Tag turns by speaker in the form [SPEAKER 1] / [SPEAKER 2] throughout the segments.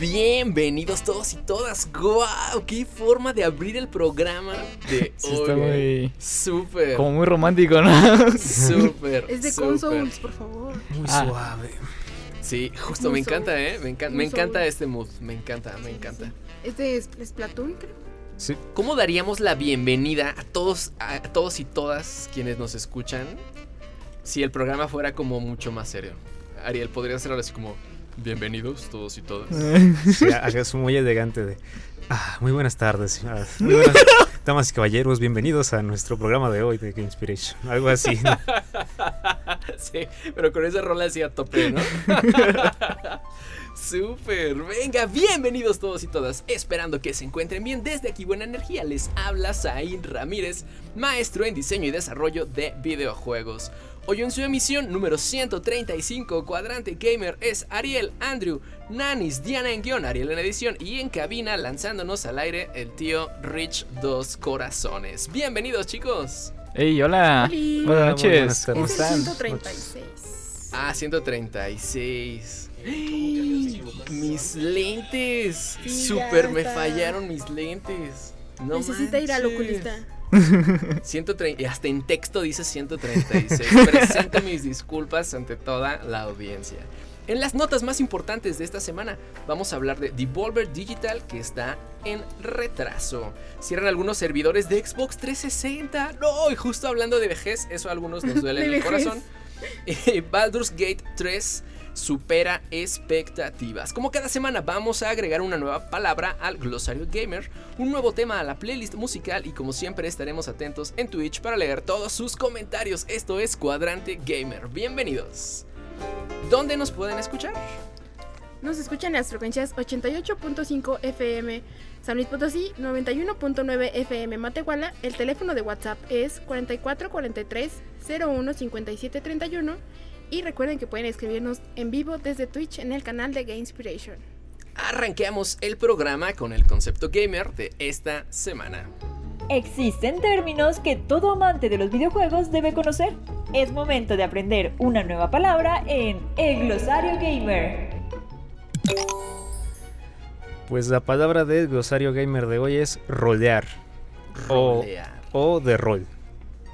[SPEAKER 1] Bienvenidos todos y todas. ¡Guau! ¡Qué forma de abrir el programa de
[SPEAKER 2] Sí,
[SPEAKER 1] hoy!
[SPEAKER 2] está muy.
[SPEAKER 1] Súper.
[SPEAKER 2] Como muy romántico, ¿no?
[SPEAKER 1] Súper.
[SPEAKER 3] Es de
[SPEAKER 1] súper.
[SPEAKER 3] Consouls, por favor.
[SPEAKER 4] Muy
[SPEAKER 2] Ah.
[SPEAKER 4] suave.
[SPEAKER 1] Sí, justo
[SPEAKER 3] Muy
[SPEAKER 1] me encanta, ¿eh? Me, encan-
[SPEAKER 3] Muy
[SPEAKER 1] me encanta
[SPEAKER 3] soul.
[SPEAKER 1] este mood. Me encanta, me encanta.
[SPEAKER 3] Es de Spl- Splatoon, creo.
[SPEAKER 4] Sí.
[SPEAKER 1] ¿Cómo daríamos la bienvenida a todos, a todos y todas quienes nos escuchan si el programa fuera como mucho más serio? Ariel, ¿podría hacerlo así como bienvenidos todos y todas?
[SPEAKER 4] Sí, hagas un muy elegante de. Ah, muy buenas tardes, señoras. Muy buenas, damas y caballeros, bienvenidos a nuestro programa de hoy de Game Inspiration. Algo así. ¿no?
[SPEAKER 1] sí, pero con esa rola así a tope, ¿no? Súper, venga, bienvenidos todos y todas, esperando que se encuentren bien desde aquí Buena Energía, les habla Zain Ramírez, maestro en diseño y desarrollo de videojuegos. Hoy en su emisión número 135, Cuadrante Gamer es Ariel, Andrew, Nanis, Diana en guión, Ariel en edición y en cabina lanzándonos al aire el tío Rich Dos Corazones. Bienvenidos chicos.
[SPEAKER 2] Ey, hola.
[SPEAKER 3] Oli.
[SPEAKER 2] Buenas
[SPEAKER 4] Hola, muy
[SPEAKER 2] noches.
[SPEAKER 4] buenas tardes.
[SPEAKER 2] Ah, ¿Cómo
[SPEAKER 3] Es el
[SPEAKER 2] están?
[SPEAKER 3] 136.
[SPEAKER 1] Ah, 136. Mis lentes.
[SPEAKER 3] Sí,
[SPEAKER 1] Super,
[SPEAKER 3] ya
[SPEAKER 1] me
[SPEAKER 3] está.
[SPEAKER 1] fallaron mis lentes. No
[SPEAKER 3] Necesita ir al
[SPEAKER 1] manches.
[SPEAKER 3] oculista.
[SPEAKER 1] 130, y hasta en texto dice 136. Presento mis disculpas ante toda la audiencia. En las notas más importantes de esta semana vamos a hablar de Devolver Digital que está en retraso. Cierran algunos servidores de Xbox 360. No, y justo hablando de vejez, eso a algunos nos duele
[SPEAKER 3] De
[SPEAKER 1] en el
[SPEAKER 3] vejez.
[SPEAKER 1] corazón. Eh, Baldur's Gate 3 supera expectativas. Como cada semana vamos a agregar una nueva palabra al glosario gamer, un nuevo tema a la playlist musical y como siempre estaremos atentos en Twitch para leer todos sus comentarios. Esto es Cuadrante Gamer. Bienvenidos. ¿Dónde nos pueden escuchar?
[SPEAKER 3] Nos escuchan las frecuencias 88.5 FM San Luis Potosí, 91.9 FM Matehuala. El teléfono de WhatsApp es 4443-015731. Y recuerden que pueden escribirnos en vivo desde Twitch en el canal de Gamespiration.
[SPEAKER 1] Arranqueamos el programa con el concepto gamer de esta semana.
[SPEAKER 5] Existen términos que todo amante de los videojuegos debe conocer. Es momento de aprender una nueva palabra en El Glosario Gamer.
[SPEAKER 4] Pues la palabra del glosario gamer de hoy es rolear O-
[SPEAKER 1] Rolear.
[SPEAKER 4] o de rol,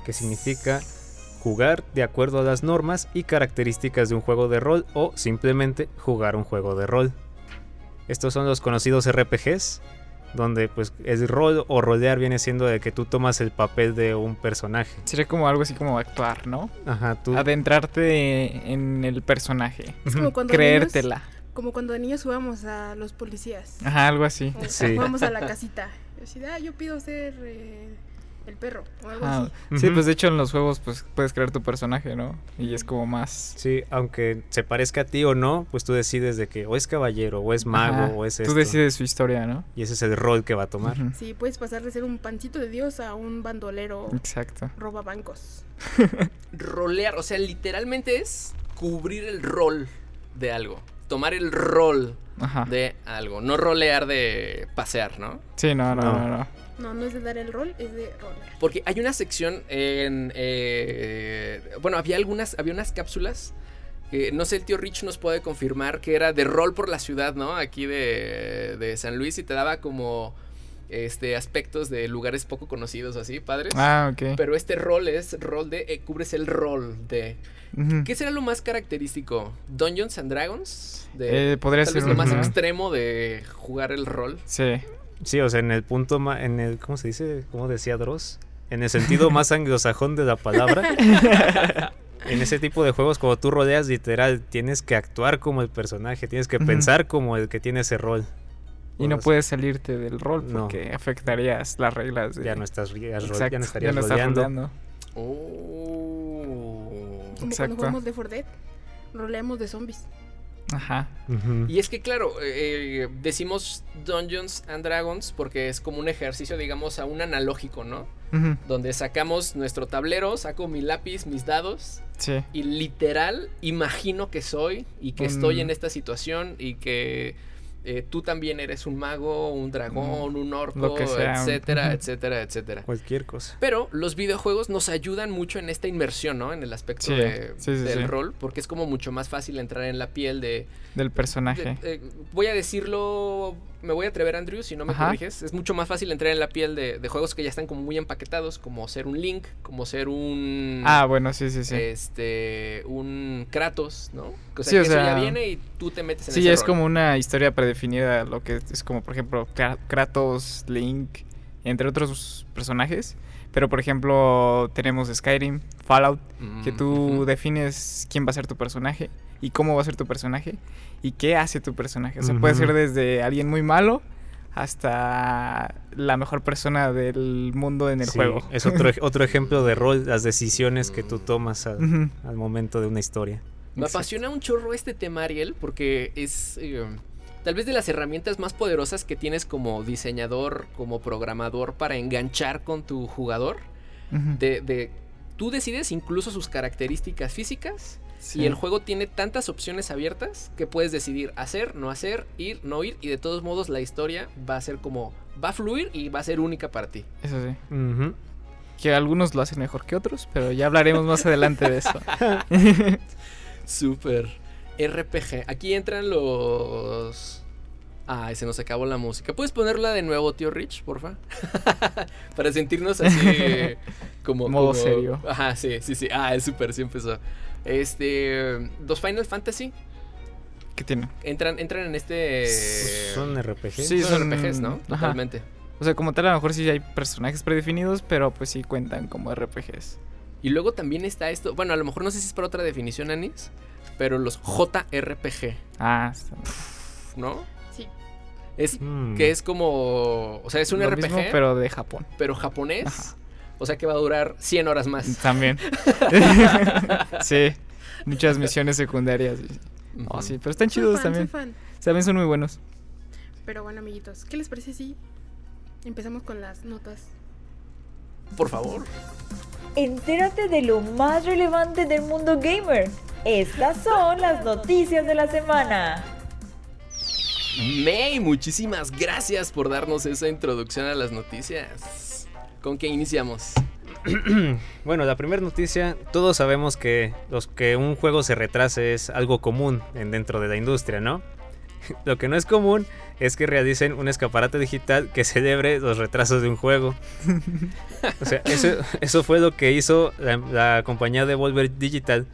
[SPEAKER 4] que significa jugar de acuerdo a las normas y características de un juego de rol o simplemente jugar un juego de rol. Estos son los conocidos RPGs, donde pues el rol o rolear viene siendo de que tú tomas el papel de un personaje.
[SPEAKER 2] Sería como algo así como actuar, ¿no?
[SPEAKER 4] Ajá, tú
[SPEAKER 2] Adentrarte en el personaje.
[SPEAKER 3] Es como cuando de niños-
[SPEAKER 2] Creértela.
[SPEAKER 3] como cuando de niños jugamos a los policías.
[SPEAKER 2] Ajá, algo así.
[SPEAKER 3] O
[SPEAKER 4] Sí.
[SPEAKER 3] Vamos a la casita. Yo así, ah, yo pido ser eh, el perro o algo
[SPEAKER 2] Ah,
[SPEAKER 3] así.
[SPEAKER 2] Sí,
[SPEAKER 4] Ujú.
[SPEAKER 2] pues de hecho en los juegos pues puedes crear tu personaje, ¿no? Y es como más...
[SPEAKER 4] Sí, aunque se parezca a ti o no, pues tú decides de que o es caballero, o es mago,
[SPEAKER 2] Ajá,
[SPEAKER 4] o es
[SPEAKER 2] Tú
[SPEAKER 4] esto.
[SPEAKER 2] decides su historia, ¿no?
[SPEAKER 4] Y ese es el rol que va a tomar.
[SPEAKER 2] Ujú.
[SPEAKER 3] Sí, puedes pasar de ser un pancito de Dios a un bandolero
[SPEAKER 2] Exacto.
[SPEAKER 3] roba bancos.
[SPEAKER 1] Rolear, o sea, literalmente es cubrir el rol de algo. Tomar el rol
[SPEAKER 2] Ajá.
[SPEAKER 1] de algo. No rolear de pasear, ¿no?
[SPEAKER 2] Sí, no, no,
[SPEAKER 4] No.
[SPEAKER 2] no, no.
[SPEAKER 3] No, no es de dar el rol, es de rolear.
[SPEAKER 1] Porque hay una sección en. eh, bueno, había algunas. Había unas cápsulas. Que no sé, el tío Rich nos puede confirmar que era de rol por la ciudad, ¿no? Aquí de, de San Luis y te daba como. Este, aspectos de lugares poco conocidos, así, padres.
[SPEAKER 2] Ah, ok.
[SPEAKER 1] Pero este rol es rol de. eh, cubres el rol de.
[SPEAKER 2] Ujú.
[SPEAKER 1] ¿Qué será lo más característico? ¿Dungeons and Dragons? De,
[SPEAKER 2] Eh, podría
[SPEAKER 1] tal
[SPEAKER 2] ser
[SPEAKER 1] vez lo
[SPEAKER 2] un-
[SPEAKER 1] más
[SPEAKER 2] Ujú.
[SPEAKER 1] extremo de jugar el rol.
[SPEAKER 2] Sí.
[SPEAKER 4] Sí, o sea, en el punto más, en el, ¿cómo se dice? ¿Cómo decía Dross? En el sentido más anglosajón de la palabra. en ese tipo de juegos, cuando tú rodeas, literal, tienes que actuar como el personaje, tienes que
[SPEAKER 2] Ujú.
[SPEAKER 4] pensar como el que tiene ese rol.
[SPEAKER 2] Y no
[SPEAKER 4] Pues,
[SPEAKER 2] puedes salirte del rol
[SPEAKER 4] No.
[SPEAKER 2] porque afectarías las reglas de...
[SPEAKER 4] Ya no estás, ri- ya, ro-
[SPEAKER 2] eh, Exacto,
[SPEAKER 4] ya no estarías
[SPEAKER 2] ya no estás
[SPEAKER 4] rodeando.
[SPEAKER 2] rodeando.
[SPEAKER 1] Oh.
[SPEAKER 3] Como
[SPEAKER 2] Exacto.
[SPEAKER 3] Oh. cuando jugamos de Fordet, roleamos de zombies.
[SPEAKER 2] Ajá.
[SPEAKER 4] Ujú.
[SPEAKER 1] Y es que, claro, eh, decimos Dungeons and Dragons porque es como un ejercicio, digamos, a un analógico, ¿no?
[SPEAKER 2] Ujú,
[SPEAKER 1] Donde sacamos nuestro tablero, saco mi lápiz, mis dados
[SPEAKER 2] Sí.
[SPEAKER 1] y literal imagino que soy y que
[SPEAKER 2] Un-
[SPEAKER 1] estoy en esta situación y que eh, tú también eres un mago, un dragón, un orco,
[SPEAKER 2] Mm. lo que sea.
[SPEAKER 1] etcétera,
[SPEAKER 2] Ujú.
[SPEAKER 1] etcétera, etcétera.
[SPEAKER 4] Cualquier cosa.
[SPEAKER 1] Pero los videojuegos nos ayudan mucho en esta inmersión, ¿no? En el aspecto
[SPEAKER 2] Sí,
[SPEAKER 1] de-
[SPEAKER 2] sí, sí,
[SPEAKER 1] del
[SPEAKER 2] sí.
[SPEAKER 1] rol, porque es como mucho más fácil entrar en la piel de...
[SPEAKER 2] Del personaje.
[SPEAKER 1] de- eh, voy a decirlo, me voy a atrever, Andrew, si no me
[SPEAKER 2] Ajá.
[SPEAKER 1] corriges. Es mucho más fácil entrar en la piel de, de juegos que ya están como muy empaquetados, como ser un Link, como ser un...
[SPEAKER 2] Ah, bueno, sí, sí, sí.
[SPEAKER 1] Este, un Kratos, ¿no? O sea,
[SPEAKER 2] Sí,
[SPEAKER 1] que
[SPEAKER 2] o
[SPEAKER 1] eso ya
[SPEAKER 2] sea,
[SPEAKER 1] viene y tú te metes en
[SPEAKER 2] Sí,
[SPEAKER 1] ese
[SPEAKER 2] es
[SPEAKER 1] rol.
[SPEAKER 2] como una historia predefinida, lo que es como, por ejemplo, Kra- Kratos, Link, entre otros personajes. Pero, por ejemplo, tenemos Skyrim, Fallout,
[SPEAKER 1] Mm,
[SPEAKER 2] que tú
[SPEAKER 1] ujú.
[SPEAKER 2] defines quién va a ser tu personaje y cómo va a ser tu personaje y qué hace tu personaje. O sea, puede
[SPEAKER 4] Ujú.
[SPEAKER 2] ser desde alguien muy malo hasta la mejor persona del mundo en el
[SPEAKER 4] Sí,
[SPEAKER 2] juego. Mm.
[SPEAKER 4] Es otro, ej- otro ejemplo de rol, las decisiones que tú tomas al,
[SPEAKER 2] Ujú.
[SPEAKER 4] al momento de una historia.
[SPEAKER 1] Me
[SPEAKER 2] Exacto.
[SPEAKER 1] apasiona un chorro este tema, Ariel, porque es eh, tal vez de las herramientas más poderosas que tienes como diseñador, como programador, para enganchar con tu jugador.
[SPEAKER 2] Ujú.
[SPEAKER 1] De, de- tú decides incluso sus características físicas
[SPEAKER 2] Sí.
[SPEAKER 1] y el juego tiene tantas opciones abiertas que puedes decidir hacer, no hacer, ir, no ir y de todos modos la historia va a ser como va a fluir y va a ser única para ti.
[SPEAKER 2] Eso sí.
[SPEAKER 4] Ujú.
[SPEAKER 2] Que algunos lo hacen mejor que otros, pero ya hablaremos más adelante de eso.
[SPEAKER 1] Super. RPG. Aquí entran los. Ay, se nos acabó la música. ¿Puedes ponerla de nuevo, tío Rich, porfa? Para sentirnos así como.
[SPEAKER 2] Modo
[SPEAKER 1] como-
[SPEAKER 2] serio.
[SPEAKER 1] Ajá, sí, sí, sí. Ah, es súper, sí empezó. Este. Los Final Fantasy
[SPEAKER 2] ¿Qué tiene?
[SPEAKER 1] entran, entran en este.
[SPEAKER 4] Son RPG.
[SPEAKER 2] sí,
[SPEAKER 1] son
[SPEAKER 2] son-
[SPEAKER 1] RPGs, ¿no?
[SPEAKER 2] ajá.
[SPEAKER 1] Totalmente.
[SPEAKER 2] O sea, como tal, a lo mejor sí hay personajes predefinidos, pero pues sí cuentan como RPGs.
[SPEAKER 1] Y luego también está esto. Bueno, a lo mejor no sé si es para otra definición, Anis. Pero los JRPG,
[SPEAKER 2] Ah, está-
[SPEAKER 1] ¿no?
[SPEAKER 3] Sí.
[SPEAKER 1] Es
[SPEAKER 4] Mm.
[SPEAKER 1] que es como. O sea, es un
[SPEAKER 2] lo
[SPEAKER 1] RPG.
[SPEAKER 2] mismo, pero de Japón.
[SPEAKER 1] pero japonés.
[SPEAKER 2] Ajá.
[SPEAKER 1] O sea que va a durar 100 horas más.
[SPEAKER 2] También. sí, muchas misiones secundarias. Oh,
[SPEAKER 1] Ujú.
[SPEAKER 2] sí, pero están
[SPEAKER 3] Soy
[SPEAKER 2] chidos
[SPEAKER 3] fan,
[SPEAKER 2] también.
[SPEAKER 3] soy fan.
[SPEAKER 2] También son muy buenos.
[SPEAKER 3] Pero bueno, amiguitos, ¿qué les parece si empezamos con las notas?
[SPEAKER 1] Por favor.
[SPEAKER 5] Entérate de lo más relevante del mundo gamer. Estas son las noticias de la semana.
[SPEAKER 1] May, muchísimas gracias por darnos esa introducción a las noticias. ¿Con qué iniciamos?
[SPEAKER 4] Bueno, la primera noticia, todos sabemos que los que un juego se retrase es algo común en- dentro de la industria, ¿no? Lo que no es común es que realicen un escaparate digital que celebre los retrasos de un juego. O sea, eso, eso fue lo que hizo la, la compañía Devolver Digital.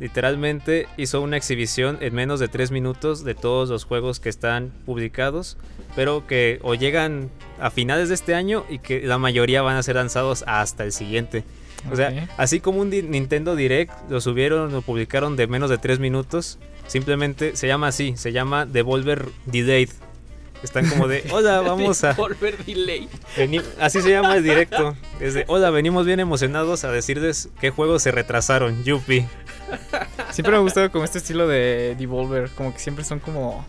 [SPEAKER 4] Literalmente hizo una exhibición en menos de 3 minutos de todos los juegos que están publicados, pero que o llegan a finales de este año y que la mayoría van a ser lanzados hasta el siguiente. O sea,
[SPEAKER 2] Ok.
[SPEAKER 4] así como un di- Nintendo Direct lo subieron, lo publicaron de menos de 3 minutos, simplemente se llama así, se llama Devolver Delayed. Están como de, hola, vamos a...
[SPEAKER 1] Volver delay.
[SPEAKER 4] veni- Así se llama el directo. Es de, hola, venimos bien emocionados a decirles qué juegos se retrasaron, yupi.
[SPEAKER 2] Siempre me ha gustado como este estilo de Devolver, como que siempre son como,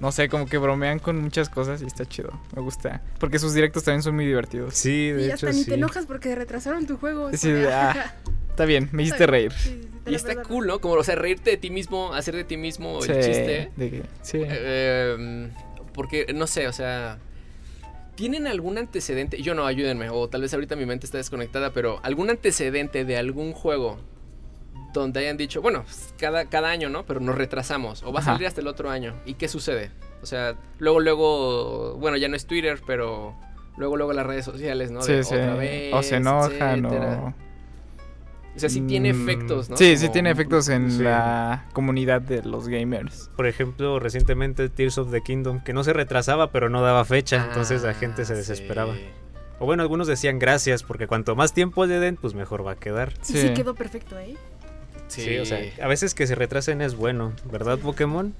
[SPEAKER 2] no sé, como que bromean con muchas cosas y está chido, me gusta. Porque sus directos también son muy divertidos.
[SPEAKER 4] Sí, de
[SPEAKER 3] Y
[SPEAKER 4] hecho
[SPEAKER 3] hasta ni
[SPEAKER 4] sí.
[SPEAKER 3] te enojas porque retrasaron tu juego.
[SPEAKER 2] Sí, ah, Está bien, me hiciste reír.
[SPEAKER 1] Y está cool, ¿no? Como, o sea, reírte de ti mismo, hacer de ti mismo el
[SPEAKER 2] Sí,
[SPEAKER 1] chiste.
[SPEAKER 2] de que- sí.
[SPEAKER 1] Eh, porque, no sé, o sea. ¿Tienen algún antecedente? Yo no, ayúdenme. O tal vez ahorita mi mente está desconectada, pero ¿algún antecedente de algún juego donde hayan dicho, bueno, pues, cada, cada año, ¿no? Pero nos retrasamos. O va a
[SPEAKER 2] Ajá.
[SPEAKER 1] salir hasta el otro año. ¿Y qué sucede? O sea, luego, luego, bueno, ya no es Twitter, pero luego, luego las redes sociales, ¿no? De
[SPEAKER 2] sí, sí.
[SPEAKER 1] otra vez,
[SPEAKER 2] o se enojan
[SPEAKER 1] etcétera.
[SPEAKER 2] o...
[SPEAKER 1] O sea, sí tiene
[SPEAKER 4] Mm,
[SPEAKER 1] efectos, ¿no?
[SPEAKER 2] Sí, sí
[SPEAKER 1] Como-
[SPEAKER 2] tiene efectos en
[SPEAKER 4] sí.
[SPEAKER 2] la comunidad de los gamers.
[SPEAKER 4] Por ejemplo, recientemente Tears of the Kingdom, que no se retrasaba pero no daba fecha, entonces la gente se
[SPEAKER 1] Ah,
[SPEAKER 4] desesperaba.
[SPEAKER 1] sí.
[SPEAKER 4] O bueno, algunos decían gracias porque cuanto más tiempo le den, pues mejor va a quedar.
[SPEAKER 3] Sí,
[SPEAKER 2] Sí.
[SPEAKER 3] quedó perfecto, ¿eh?
[SPEAKER 4] Sí. o sea, a veces que se retrasen es bueno, ¿verdad, Pokémon?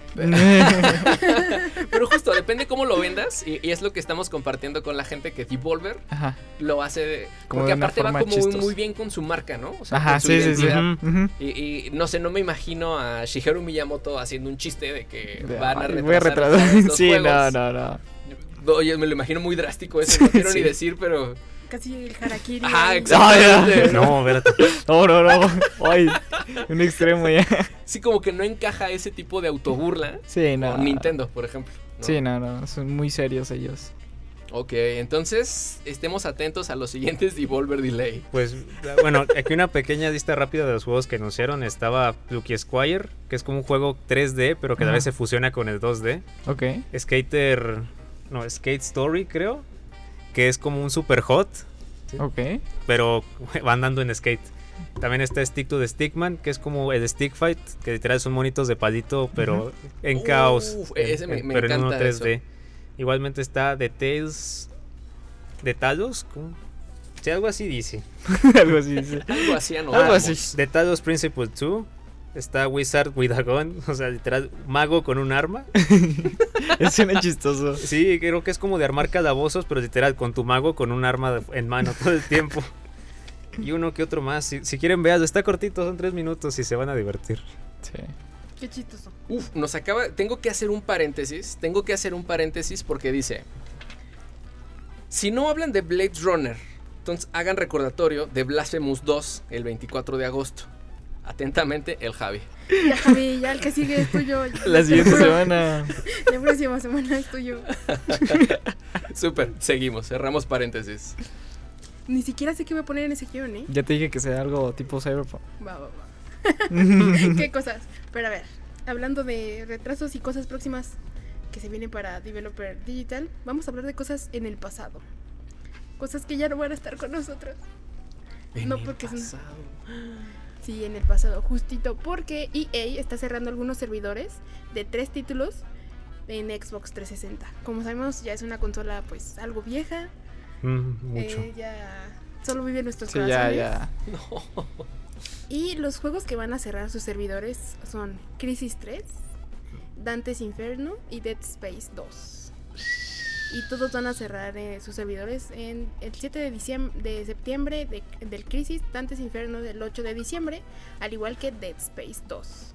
[SPEAKER 1] Pero justo, depende cómo lo vendas y, y es lo que estamos compartiendo con la gente que Devolver
[SPEAKER 2] Ajá.
[SPEAKER 1] lo hace, de-
[SPEAKER 2] Como
[SPEAKER 1] porque
[SPEAKER 2] de una
[SPEAKER 1] aparte va
[SPEAKER 2] forma
[SPEAKER 1] como muy,
[SPEAKER 2] chistosa.
[SPEAKER 1] muy bien con su marca, ¿no? O sea,
[SPEAKER 2] Ajá,
[SPEAKER 1] con su
[SPEAKER 2] sí, sí, sí.
[SPEAKER 1] identidad.
[SPEAKER 2] Ujú, ujú.
[SPEAKER 1] Y, y no sé, no me imagino a Shigeru Miyamoto haciendo un chiste de que
[SPEAKER 2] De,
[SPEAKER 1] Eh, van a
[SPEAKER 2] "Ay,
[SPEAKER 1] retrasar.
[SPEAKER 2] voy a retrasar.
[SPEAKER 1] todos los
[SPEAKER 2] Sí, no,
[SPEAKER 1] juegos.
[SPEAKER 2] no, no.
[SPEAKER 1] No, Oye, me lo imagino muy drástico eso,
[SPEAKER 2] Sí,
[SPEAKER 1] no quiero
[SPEAKER 2] sí.
[SPEAKER 1] ni decir, pero...
[SPEAKER 3] Casi el harakiri.
[SPEAKER 1] Ajá,
[SPEAKER 3] ahí.
[SPEAKER 1] exacto.
[SPEAKER 2] Ay,
[SPEAKER 4] No, espérate.
[SPEAKER 2] No, no, no. Ay, un extremo ya.
[SPEAKER 1] Sí, como que no encaja ese tipo de autoburla
[SPEAKER 2] Sí, no.
[SPEAKER 1] con Nintendo, por ejemplo. ¿no?
[SPEAKER 2] Sí, no, no. Son muy serios ellos.
[SPEAKER 1] Ok, entonces estemos atentos a los siguientes Devolver Delay.
[SPEAKER 4] Pues bueno, aquí una pequeña lista rápida de los juegos que anunciaron. Estaba Plucky Squire, que es como un juego 3D, pero que a
[SPEAKER 2] Ajá.
[SPEAKER 4] la vez se fusiona con el 2D.
[SPEAKER 2] Ok.
[SPEAKER 4] Skater. No, Skate Story, creo. Que es como un super hot,
[SPEAKER 2] Ok.
[SPEAKER 4] pero va andando en skate. También está Stick to the Stickman, que es como el Stick Fight, que literal son monitos de palito, pero en
[SPEAKER 1] Uf,
[SPEAKER 4] caos.
[SPEAKER 1] ese
[SPEAKER 4] en-
[SPEAKER 1] me-
[SPEAKER 4] en-
[SPEAKER 1] me
[SPEAKER 4] pero en uno
[SPEAKER 1] encanta
[SPEAKER 4] 3D. Igualmente está The Tales. ¿De Talos? ¿Cómo? Sí, algo así dice.
[SPEAKER 2] Algo así. sí.
[SPEAKER 1] Algo así anotamos.
[SPEAKER 2] Algo así.
[SPEAKER 4] De Talos Principle 2. Está Wizard with a Gun, o sea, literal, mago con un arma.
[SPEAKER 2] Es suena chistoso.
[SPEAKER 4] Sí, creo que es como de armar calabozos, pero literal, con tu mago con un arma de- en mano todo el tiempo. Y uno que otro más. Si, si quieren, veanlo. Está cortito, son tres minutos y se van a divertir.
[SPEAKER 2] Sí.
[SPEAKER 3] Qué chistoso.
[SPEAKER 1] Uf, nos acaba. Tengo que hacer un paréntesis. Tengo que hacer un paréntesis porque dice: Si no hablan de Blade Runner, entonces hagan recordatorio de Blasphemous 2 el 24 de agosto. Atentamente, el Javi.
[SPEAKER 3] Ya, Javi, ya el que sigue es tuyo.
[SPEAKER 2] La siguiente semana.
[SPEAKER 3] La próxima semana es tuyo.
[SPEAKER 1] Super, seguimos, cerramos paréntesis.
[SPEAKER 3] Ni siquiera sé qué voy a poner en ese guión, ¿eh?
[SPEAKER 2] Ya te dije que sea algo tipo Cyberpunk.
[SPEAKER 3] Va, va, va. ¿Qué cosas? Pero a ver, hablando de retrasos y cosas próximas que se vienen para Developer Digital, vamos a hablar de cosas en el pasado. Cosas que ya no van a estar con nosotros.
[SPEAKER 1] En
[SPEAKER 3] No,
[SPEAKER 1] el
[SPEAKER 3] porque es un-
[SPEAKER 1] pasado.
[SPEAKER 3] Sí, en el pasado, justito porque EA está cerrando algunos servidores de tres títulos en Xbox 360. Como sabemos, ya es una consola pues algo vieja.
[SPEAKER 4] Mm, mucho.
[SPEAKER 3] eh, ya solo vive en nuestros
[SPEAKER 1] Ah,
[SPEAKER 2] Sí, ya,
[SPEAKER 3] corazones.
[SPEAKER 2] ya.
[SPEAKER 3] Y los juegos que van a cerrar sus servidores son Crisis 3, Dante's Inferno y Dead Space 2. Y todos van a cerrar eh, sus servidores en el 7 de, diciem- de septiembre de- del Crisis, Dante's Inferno del 8 de diciembre, al igual que Dead Space 2.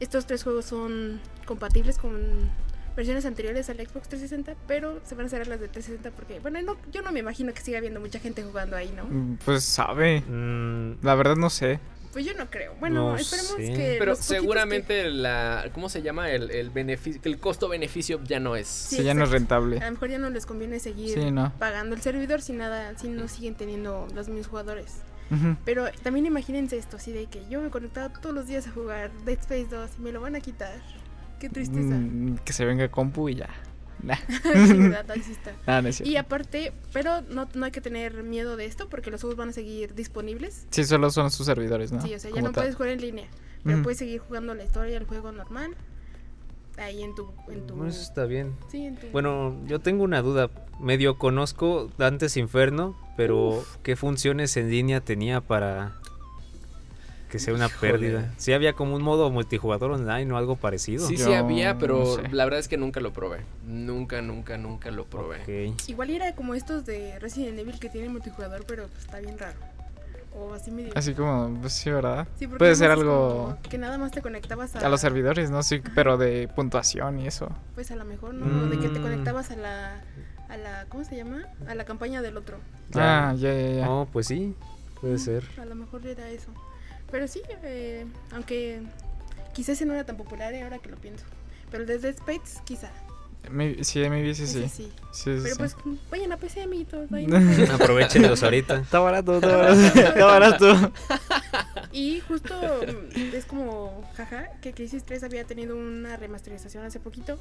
[SPEAKER 3] Estos tres juegos son compatibles con versiones anteriores al Xbox 360, pero se van a cerrar las de 360 porque, bueno, no- yo no me imagino que siga habiendo mucha gente jugando ahí, ¿no?
[SPEAKER 2] Mm, Pues sabe.
[SPEAKER 4] Mm,
[SPEAKER 2] La verdad no sé.
[SPEAKER 3] Pues yo no creo. Bueno,
[SPEAKER 4] No
[SPEAKER 3] esperemos
[SPEAKER 4] sé.
[SPEAKER 3] que.
[SPEAKER 1] Pero
[SPEAKER 3] Eh, los poquitos que-
[SPEAKER 1] seguramente la. ¿Cómo se llama? El, el beneficio. El costo-beneficio ya no es.
[SPEAKER 3] Sí,
[SPEAKER 2] si ya no es
[SPEAKER 3] exacto.
[SPEAKER 2] rentable.
[SPEAKER 3] A lo mejor ya no les conviene seguir
[SPEAKER 2] Sí, no.
[SPEAKER 3] pagando el servidor si nada, si no siguen teniendo los mismos jugadores.
[SPEAKER 2] Ujú.
[SPEAKER 3] Pero también imagínense esto, así de que yo me conectaba todos los días a jugar Dead Space 2 y me lo van a quitar. Qué tristeza.
[SPEAKER 2] Mm, que se venga compu y ya. Nah,
[SPEAKER 3] Sí, ¿verdad? Ahí sí está.
[SPEAKER 2] nah, no es cierto.
[SPEAKER 3] Y aparte, pero no, no hay que tener miedo de esto porque los juegos van a seguir disponibles.
[SPEAKER 2] Sí, solo son sus servidores, ¿no?
[SPEAKER 3] Sí, o sea, ya
[SPEAKER 2] Como
[SPEAKER 3] no
[SPEAKER 2] tal.
[SPEAKER 3] puedes jugar en línea, pero
[SPEAKER 2] Ujú.
[SPEAKER 3] puedes seguir jugando la historia, el juego normal. Ahí en tu... En tu
[SPEAKER 4] bueno, eso está bien.
[SPEAKER 3] sí, en tu...
[SPEAKER 4] Pues, Bueno, yo tengo una duda. Medio conozco Dantes Inferno, pero ¿qué funciones en línea tenía para que sea una
[SPEAKER 1] Híjole.
[SPEAKER 4] pérdida? Sí, había como un modo multijugador online o algo parecido.
[SPEAKER 1] Sí, sí
[SPEAKER 2] Yo
[SPEAKER 1] había, pero
[SPEAKER 2] no sé.
[SPEAKER 1] la verdad es que nunca lo probé. Nunca, nunca, nunca lo probé.
[SPEAKER 4] Ok.
[SPEAKER 3] Igual era como estos de Resident Evil que tienen multijugador, pero pues, está bien raro. O así medio.
[SPEAKER 2] Así como, pues sí, ¿verdad?
[SPEAKER 3] Sí, porque
[SPEAKER 2] Puede
[SPEAKER 3] nada
[SPEAKER 2] ser
[SPEAKER 3] más es
[SPEAKER 2] algo
[SPEAKER 3] como Que nada más te conectabas a.
[SPEAKER 2] a los servidores, ¿no? Sí, pero de puntuación y eso.
[SPEAKER 3] Pues a lo mejor, ¿no? O De que te
[SPEAKER 4] Mm.
[SPEAKER 3] conectabas a la. A la. ¿Cómo se llama? A la campaña del otro.
[SPEAKER 4] Ya.
[SPEAKER 2] Ah, ya, ya, ya.
[SPEAKER 4] No, pues sí, puede ser.
[SPEAKER 3] A lo mejor era eso. Pero sí, eh, aunque. Quizás ese no era tan popular, eh, ahora que lo pienso. Pero el de Dead Space, quizá.
[SPEAKER 2] Mi- sí, mi bici sí.
[SPEAKER 3] Ese
[SPEAKER 2] Sí,
[SPEAKER 3] sí.
[SPEAKER 2] sí,
[SPEAKER 3] Pero
[SPEAKER 2] sí.
[SPEAKER 3] pues vayan a PC, amiguitos. vayan a PC.
[SPEAKER 4] Aprovechenlos ahorita.
[SPEAKER 2] Está barato, está barato. está barato.
[SPEAKER 3] Y justo mm, es como, jaja, que Crisis 3 había tenido una remasterización hace poquito,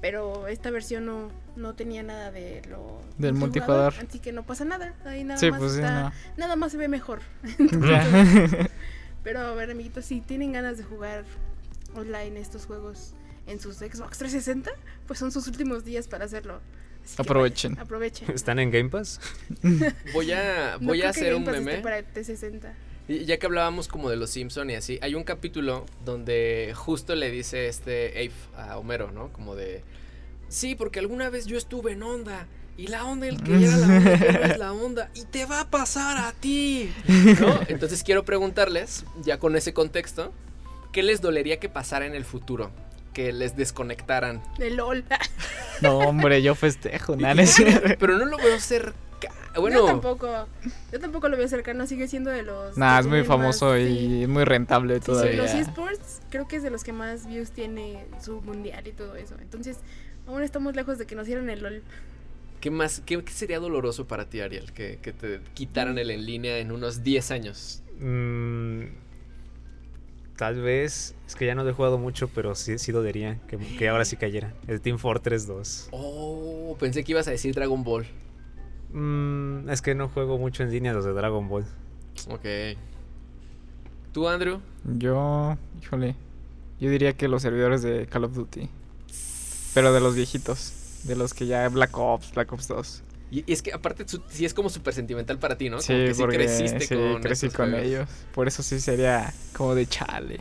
[SPEAKER 3] pero esta versión no, no tenía nada de lo
[SPEAKER 2] Del
[SPEAKER 3] multijugador,
[SPEAKER 2] multijugador.
[SPEAKER 3] Así que no pasa nada, ahí nada
[SPEAKER 2] Sí,
[SPEAKER 3] más
[SPEAKER 2] pues sí,
[SPEAKER 3] está-
[SPEAKER 2] no.
[SPEAKER 3] nada más se ve mejor.
[SPEAKER 2] Ya.
[SPEAKER 3] Pero a ver, amiguitos, si tienen ganas de jugar online estos juegos en sus Xbox 360, pues son sus últimos días para hacerlo. Así que
[SPEAKER 2] Aprovechen.
[SPEAKER 3] vayan, aprovechen.
[SPEAKER 4] ¿Están en Game Pass?
[SPEAKER 1] Voy a,
[SPEAKER 3] No
[SPEAKER 1] voy
[SPEAKER 3] creo
[SPEAKER 1] a
[SPEAKER 3] que
[SPEAKER 1] hacer
[SPEAKER 3] Game
[SPEAKER 1] un
[SPEAKER 3] Pass esté
[SPEAKER 1] meme.
[SPEAKER 3] para T60.
[SPEAKER 1] Y ya que hablábamos como de los Simpson y así, hay un capítulo donde justo le dice este Abe a Homero, ¿no? Como de, sí, porque alguna vez yo estuve en onda. Y la onda, el que era la onda, que no es la onda. Y te va a pasar a ti. ¿No? Entonces quiero preguntarles, ya con ese contexto, ¿qué les dolería que pasara en el futuro? Que les desconectaran.
[SPEAKER 3] De LOL.
[SPEAKER 2] No, hombre, yo festejo, nada. no es cierto.
[SPEAKER 1] Pero no lo veo cerca. Bueno,
[SPEAKER 3] Yo tampoco. Yo tampoco lo veo cercano, sigue siendo de los.
[SPEAKER 2] Nah,
[SPEAKER 3] Pues que
[SPEAKER 2] es muy
[SPEAKER 3] tienen
[SPEAKER 2] famoso
[SPEAKER 3] más,
[SPEAKER 2] y
[SPEAKER 3] sí.
[SPEAKER 2] es muy rentable
[SPEAKER 3] Sí, sí,
[SPEAKER 2] todavía.
[SPEAKER 3] los esports creo que es de los que más views tiene su mundial y todo eso. Entonces, aún estamos lejos de que nos dieran el LOL.
[SPEAKER 1] ¿Qué más? Qué, qué sería doloroso para ti, Ariel? Que, que te quitaran el en línea en unos 10 años.
[SPEAKER 4] Mm, tal vez, es que ya no lo he jugado mucho, pero sí, sí dolería que, que ahora sí cayera. El Team Fortress 2.
[SPEAKER 1] Oh, pensé que ibas a decir Dragon Ball.
[SPEAKER 4] Mm, es que no juego mucho en línea los de Dragon Ball.
[SPEAKER 1] Ok. ¿Tú, Andrew?
[SPEAKER 2] Yo, híjole, yo diría que los servidores de Call of Duty. Pero de los viejitos, de los que ya Black Ops, Black Ops 2.
[SPEAKER 1] Y, y es que aparte su- sí es como súper sentimental para ti, ¿no?
[SPEAKER 2] Sí,
[SPEAKER 1] Como que
[SPEAKER 2] porque
[SPEAKER 1] creciste
[SPEAKER 2] sí,
[SPEAKER 1] con
[SPEAKER 2] crecí
[SPEAKER 1] estos
[SPEAKER 2] con
[SPEAKER 1] juegos.
[SPEAKER 2] ellos. Por eso sí sería como de chale.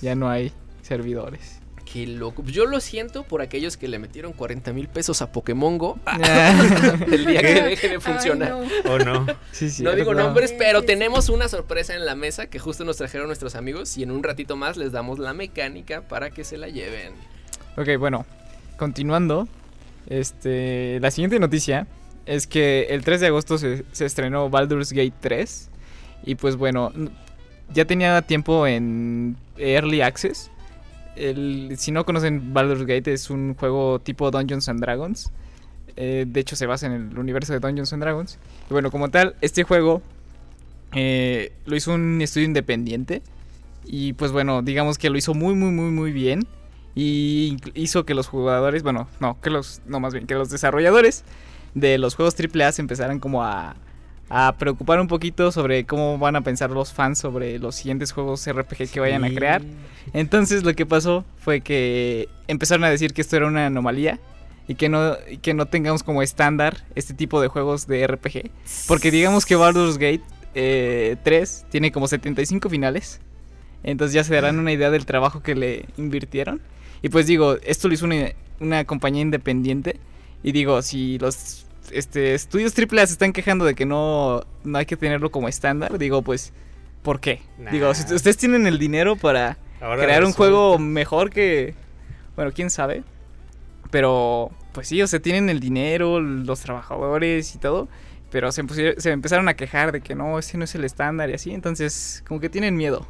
[SPEAKER 2] Ya no hay servidores.
[SPEAKER 1] Qué loco. Yo lo siento por aquellos que le metieron 40 mil pesos a Pokémon Go el día que deje de funcionar.
[SPEAKER 3] Ay, no.
[SPEAKER 4] ¿O no?
[SPEAKER 2] sí, sí.
[SPEAKER 1] No digo
[SPEAKER 2] ¿verdad?
[SPEAKER 1] nombres,
[SPEAKER 3] Sí,
[SPEAKER 1] pero
[SPEAKER 3] sí, sí.
[SPEAKER 1] tenemos una sorpresa en la mesa que justo nos trajeron nuestros amigos y en un ratito más les damos la mecánica para que se la lleven.
[SPEAKER 2] Ok, bueno, continuando. Este, la siguiente noticia es que el 3 de agosto se, se estrenó Baldur's Gate 3. Y pues bueno, n- ya tenía tiempo en Early Access. El- si no conocen Baldur's Gate, es un juego tipo Dungeons and Dragons. Eh, de hecho, se basa en el universo de Dungeons and Dragons. Y bueno, como tal, este juego eh, lo hizo un estudio independiente. Y pues bueno, digamos que lo hizo muy, muy, muy, muy bien y incl- hizo que los jugadores, bueno, no, que los, no más bien, que los desarrolladores de los juegos AAA se empezaran como a, a preocupar un poquito sobre cómo van a pensar los fans sobre los siguientes juegos RPG que vayan a crear. Entonces lo que pasó fue que empezaron a decir que esto era una anomalía y que no, y que no tengamos como estándar este tipo de juegos de RPG. Porque digamos que Baldur's Gate eh, 3 tiene como 75 finales. Entonces ya se darán una idea del trabajo que le invirtieron. Y pues digo, esto lo hizo una, una compañía independiente. Y digo, si los este, estudios AAA se están quejando de que no, no hay que tenerlo como estándar, digo, pues, ¿por qué?
[SPEAKER 4] Nah.
[SPEAKER 2] Digo, si ustedes tienen el dinero para
[SPEAKER 4] Ahora
[SPEAKER 2] crear un
[SPEAKER 4] resulta.
[SPEAKER 2] juego mejor que. Bueno, quién sabe. Pero, pues sí, o sea, tienen el dinero, los trabajadores y todo. Pero se, empusi- se empezaron a quejar de que no, ese no es el estándar y así. Entonces, como que tienen miedo.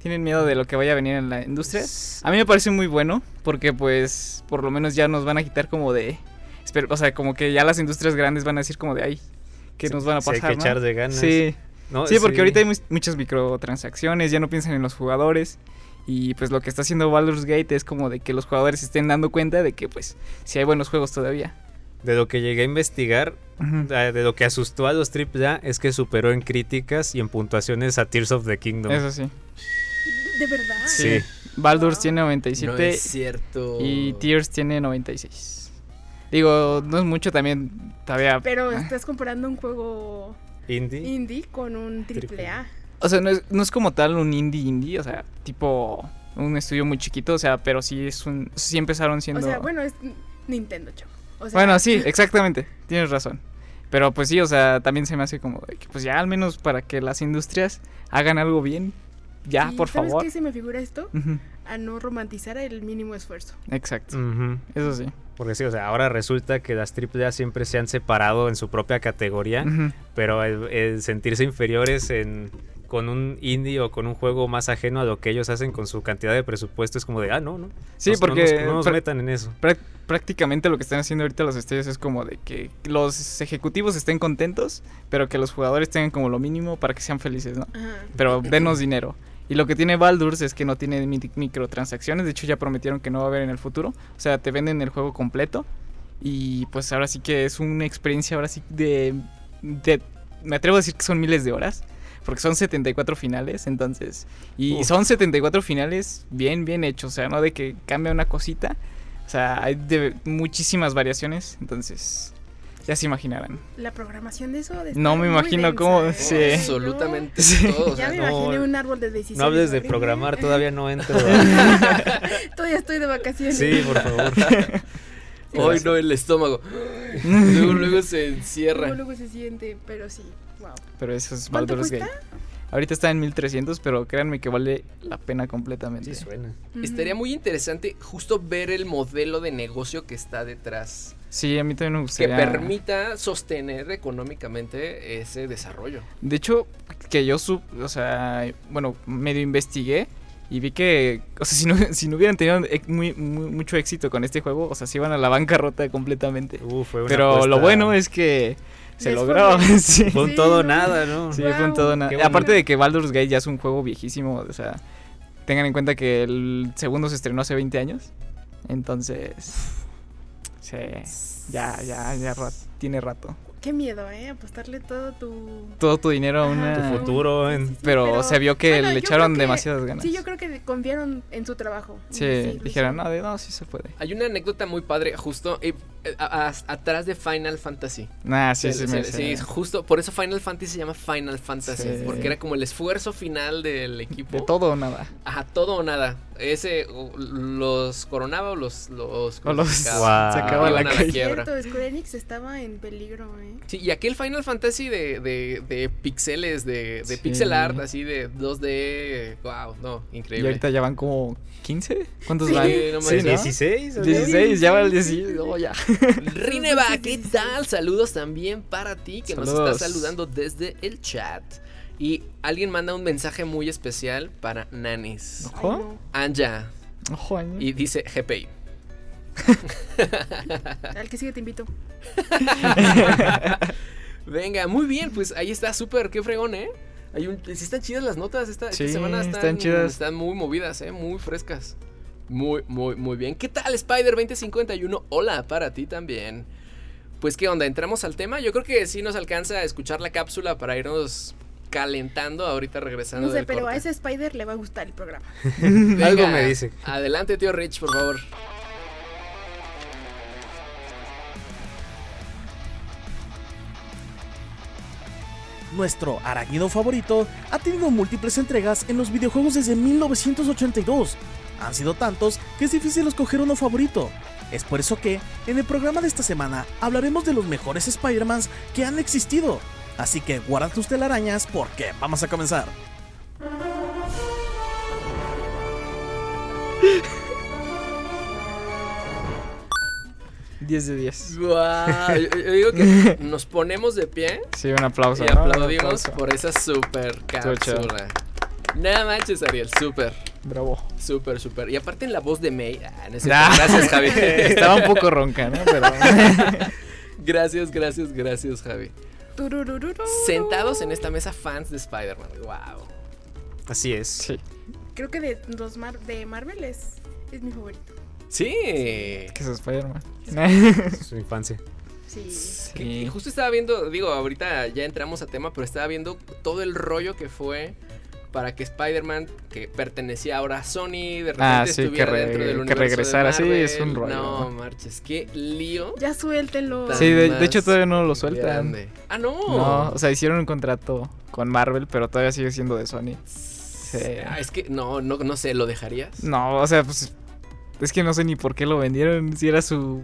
[SPEAKER 2] Tienen miedo de lo que vaya a venir en la industria. A mí me parece muy bueno porque, pues, por lo menos ya nos van a quitar como de. esper- O sea, como que ya las industrias grandes van a decir como de ay, que
[SPEAKER 4] Sí,
[SPEAKER 2] nos van a
[SPEAKER 4] sí hay
[SPEAKER 2] pasar.
[SPEAKER 4] que
[SPEAKER 2] no?".
[SPEAKER 4] echar de ganas.
[SPEAKER 2] Sí.
[SPEAKER 4] No,
[SPEAKER 2] Sí, porque ahorita hay mu- muchas microtransacciones, ya no piensan en los jugadores. Y pues lo que está haciendo Baldur's Gate es como de que los jugadores se estén dando cuenta de que pues si hay buenos juegos todavía.
[SPEAKER 4] De lo que llegué a investigar,
[SPEAKER 2] Ujú.
[SPEAKER 4] eh, de lo que asustó a los AAA es que superó en críticas y en puntuaciones a Tears of the Kingdom.
[SPEAKER 2] Eso sí.
[SPEAKER 3] De verdad.
[SPEAKER 4] Sí.
[SPEAKER 2] Baldur's tiene
[SPEAKER 1] No
[SPEAKER 2] 97
[SPEAKER 1] es cierto. Oh,
[SPEAKER 2] y Tears tiene 96. Digo, no es mucho también todavía. ah,
[SPEAKER 3] Pero estás comparando un juego
[SPEAKER 4] Indie.
[SPEAKER 3] indie con un triple A.
[SPEAKER 2] O sea, no es, no es como tal un indie indie, o sea, tipo un estudio muy chiquito, o sea, pero sí es un sí empezaron
[SPEAKER 3] O
[SPEAKER 2] siendo
[SPEAKER 3] sea, bueno, es Nintendo, chavo. O sea,
[SPEAKER 2] Bueno, sí, exactamente, tienes razón. Pero pues sí, o sea, también se me hace como, de que, pues ya al menos para que las industrias hagan algo bien, ya,
[SPEAKER 3] ¿y
[SPEAKER 2] por
[SPEAKER 3] ¿sabes
[SPEAKER 2] favor.
[SPEAKER 3] qué se me figura esto?
[SPEAKER 2] Ujú,
[SPEAKER 3] A no romantizar el mínimo esfuerzo.
[SPEAKER 2] Exacto,
[SPEAKER 4] Ujú.
[SPEAKER 2] eso sí.
[SPEAKER 4] Porque sí, o sea, ahora resulta que las AAA siempre se han separado en su propia categoría,
[SPEAKER 2] Ujú,
[SPEAKER 4] pero el, el sentirse inferiores en, con un indie o con un juego más ajeno a lo que ellos hacen con su cantidad de presupuesto es como de, ah, no, no.
[SPEAKER 2] Sí,
[SPEAKER 4] nos- no
[SPEAKER 2] porque
[SPEAKER 4] nos- No nos,
[SPEAKER 2] prá-
[SPEAKER 4] metan en eso.
[SPEAKER 2] prá- prácticamente lo que están haciendo ahorita los estudios es como de que los ejecutivos estén contentos, pero que los jugadores tengan como lo mínimo para que sean felices, ¿no?
[SPEAKER 3] Ajá.
[SPEAKER 2] Pero denos dinero. Y lo que tiene Baldur's es que no tiene mi- microtransacciones. De hecho, ya prometieron que no va a haber en el futuro. O sea, te venden el juego completo. Y pues ahora sí que es una experiencia, ahora sí de... de- me atrevo a decir que son miles de horas. Porque son 74 finales, entonces... Y
[SPEAKER 4] Uf.
[SPEAKER 2] son 74 finales bien, bien hechos. O sea, no de que cambia una cosita. O sea, hay de muchísimas variaciones. Entonces... Ya se imaginarán.
[SPEAKER 3] La programación de eso. ha de
[SPEAKER 2] No
[SPEAKER 3] estar
[SPEAKER 2] me
[SPEAKER 3] muy
[SPEAKER 2] imagino cómo-
[SPEAKER 3] ¿eh?
[SPEAKER 2] sí.
[SPEAKER 3] Ay, no.
[SPEAKER 1] Absolutamente
[SPEAKER 2] Sí.
[SPEAKER 1] todo. o sea,
[SPEAKER 3] Ya me
[SPEAKER 4] no,
[SPEAKER 3] imaginé un árbol de 16.
[SPEAKER 4] No hables de
[SPEAKER 3] abril.
[SPEAKER 4] programar, todavía no entro.
[SPEAKER 3] Todavía estoy de vacaciones.
[SPEAKER 4] Sí, por favor.
[SPEAKER 1] Hoy no el estómago. Luego, luego se
[SPEAKER 3] Luego,
[SPEAKER 1] encierra.
[SPEAKER 3] luego se siente, pero sí. Wow.
[SPEAKER 2] Pero eso es
[SPEAKER 3] ¿Cuánto
[SPEAKER 2] Baldur's Gate.
[SPEAKER 3] cuesta?
[SPEAKER 2] Ahorita está en 1300, pero créanme que vale la pena completamente.
[SPEAKER 4] Sí, suena.
[SPEAKER 3] Ujú.
[SPEAKER 1] Estaría muy interesante justo ver el modelo de negocio que está detrás.
[SPEAKER 2] Sí, a mí también me
[SPEAKER 1] Que
[SPEAKER 2] gustaría.
[SPEAKER 1] permita sostener económicamente ese desarrollo.
[SPEAKER 2] De hecho, que yo sub, o sea, bueno, medio investigué y vi que, o sea, si no, si no hubieran tenido e- muy- muy- mucho éxito con este juego, o sea, se iban a la bancarrota completamente.
[SPEAKER 4] Uh, fue una
[SPEAKER 2] Pero lo
[SPEAKER 4] apuesta-
[SPEAKER 2] bueno es que se
[SPEAKER 3] Les fue
[SPEAKER 2] logró.
[SPEAKER 3] bien.
[SPEAKER 2] sí.
[SPEAKER 4] Fue un
[SPEAKER 3] Sí,
[SPEAKER 4] todo o
[SPEAKER 3] no.
[SPEAKER 4] nada, ¿no?
[SPEAKER 2] Sí,
[SPEAKER 3] Wow.
[SPEAKER 2] fue un todo nada.
[SPEAKER 4] Qué bonito.
[SPEAKER 2] Aparte de que Baldur's Gate ya es un juego viejísimo, o sea, tengan en cuenta que el segundo se estrenó hace 20 años. Entonces, sí, ya, ya, ya ra- tiene rato.
[SPEAKER 3] Qué miedo, ¿eh? Apostarle todo tu.
[SPEAKER 2] Todo tu dinero a una...
[SPEAKER 3] Ajá.
[SPEAKER 4] Tu futuro en-
[SPEAKER 2] pero, se vio que
[SPEAKER 3] bueno,
[SPEAKER 2] le
[SPEAKER 3] yo
[SPEAKER 2] echaron
[SPEAKER 3] creo que-
[SPEAKER 2] demasiadas ganas.
[SPEAKER 3] Sí, yo creo que confiaron en su trabajo. Y
[SPEAKER 2] Sí,
[SPEAKER 3] lo hicieron.
[SPEAKER 2] dijeron, no, de- no, sí se puede.
[SPEAKER 1] Hay una anécdota muy padre justo eh, a- a- atrás de Final Fantasy.
[SPEAKER 2] Nah,
[SPEAKER 1] Se-
[SPEAKER 2] sí, sí,
[SPEAKER 1] se-
[SPEAKER 2] me
[SPEAKER 1] sí,
[SPEAKER 2] sé.
[SPEAKER 1] justo por eso Final Fantasy se llama Final Fantasy,
[SPEAKER 2] Sí.
[SPEAKER 1] porque era como el esfuerzo final del equipo.
[SPEAKER 2] De todo o nada.
[SPEAKER 1] Ajá, todo o nada. Ese o los coronaba o los los,
[SPEAKER 2] O los
[SPEAKER 1] crucificaba.
[SPEAKER 4] Wow.
[SPEAKER 2] sacaba a la
[SPEAKER 1] Iban a la
[SPEAKER 2] calle.
[SPEAKER 1] quiebra.
[SPEAKER 3] Cierto, Square Enix estaba en peligro, ¿eh?
[SPEAKER 1] Sí, y aquel Final Fantasy de, de, de pixeles, de, de
[SPEAKER 2] Sí.
[SPEAKER 1] pixel art, así de 2D, wow, no,
[SPEAKER 2] Y
[SPEAKER 1] increíble.
[SPEAKER 2] ahorita ya van como 15. ¿Cuántos
[SPEAKER 1] Sí,
[SPEAKER 2] van?
[SPEAKER 1] no manches.
[SPEAKER 4] 16. ¿o qué?
[SPEAKER 2] 16, ya va el 16. no, ya.
[SPEAKER 1] Rineva, ¿qué tal? Saludos también para ti que nos
[SPEAKER 2] Saludos.
[SPEAKER 1] está saludando desde el chat. Y alguien manda un mensaje muy especial para Nanis.
[SPEAKER 3] Ay,
[SPEAKER 2] Ojo.
[SPEAKER 3] no.
[SPEAKER 1] Anja.
[SPEAKER 2] Ojo, año.
[SPEAKER 1] Y dice GPI.
[SPEAKER 3] Al que sigue te invito.
[SPEAKER 1] Venga, muy bien, pues ahí está, súper, qué fregón, ¿eh? Hay un, sí están chidas las notas, esta, esta
[SPEAKER 2] Sí,
[SPEAKER 1] semana están,
[SPEAKER 2] están chidas.
[SPEAKER 1] están muy movidas, ¿eh? Muy frescas. Muy, muy, muy bien. ¿Qué tal, Spider2051? Hola, para ti también. Pues, ¿qué onda? ¿Entramos al tema? Yo creo que sí nos alcanza a escuchar la cápsula para irnos calentando ahorita regresando
[SPEAKER 3] No sé,
[SPEAKER 1] del
[SPEAKER 3] pero a
[SPEAKER 1] corte.
[SPEAKER 3] ese Spider le va a gustar el programa.
[SPEAKER 1] Venga,
[SPEAKER 4] Algo me dice.
[SPEAKER 1] Adelante, tío Rich, por favor.
[SPEAKER 6] Nuestro arácnido favorito ha tenido múltiples entregas en los videojuegos desde 1982. Han sido tantos que es difícil escoger uno favorito. Es por eso que, en el programa de esta semana, hablaremos de los mejores Spider-Mans que han existido. Así que guarda tus telarañas porque vamos a comenzar.
[SPEAKER 2] Diez de 10.
[SPEAKER 1] Guau, yo- yo digo que nos ponemos de pie.
[SPEAKER 2] Sí, un aplauso.
[SPEAKER 1] Y
[SPEAKER 2] ¿no? Un
[SPEAKER 1] aplaudimos
[SPEAKER 2] aplauso.
[SPEAKER 1] por esa super cápsula. Nada manches, Ariel, súper,
[SPEAKER 2] Bravo.
[SPEAKER 1] súper, súper. Y aparte en la voz de May. Ah, no es cierto.
[SPEAKER 2] Nah.
[SPEAKER 1] Gracias, Javi.
[SPEAKER 2] Estaba un poco ronca, ¿no? Pero.
[SPEAKER 1] Gracias, gracias, gracias, Javi.
[SPEAKER 3] Tururururu.
[SPEAKER 1] Sentados en esta mesa, fans de Spider-Man. Wow.
[SPEAKER 4] Así es.
[SPEAKER 2] Sí.
[SPEAKER 3] Creo que de los mar de Marvel es, es mi favorito.
[SPEAKER 1] Sí.
[SPEAKER 2] Que se Spider-Man.
[SPEAKER 4] Es su infancia.
[SPEAKER 3] Sí.
[SPEAKER 1] Que- que justo estaba viendo, digo, ahorita ya entramos a tema, pero estaba viendo todo el rollo que fue para que Spider-Man, que pertenecía ahora a Sony, de repente
[SPEAKER 2] Ah, sí, que
[SPEAKER 1] estuviera
[SPEAKER 2] re-
[SPEAKER 1] dentro del
[SPEAKER 2] que
[SPEAKER 1] universo.
[SPEAKER 2] regresara,
[SPEAKER 1] de
[SPEAKER 2] sí, es
[SPEAKER 1] Marvel.
[SPEAKER 2] un rollo.
[SPEAKER 1] No, marches, qué lío.
[SPEAKER 3] Ya suéltenlo.
[SPEAKER 2] Sí, de,
[SPEAKER 1] Tan
[SPEAKER 2] de hecho
[SPEAKER 1] más
[SPEAKER 2] todavía no lo sueltan.
[SPEAKER 1] Grande. Ah, no.
[SPEAKER 2] No, o sea, hicieron un contrato con Marvel, pero todavía sigue siendo de Sony.
[SPEAKER 1] Ah, es que no, no, no sé, ¿lo dejarías?
[SPEAKER 2] No, o sea, pues. Es que no sé ni por qué lo vendieron. Si era su.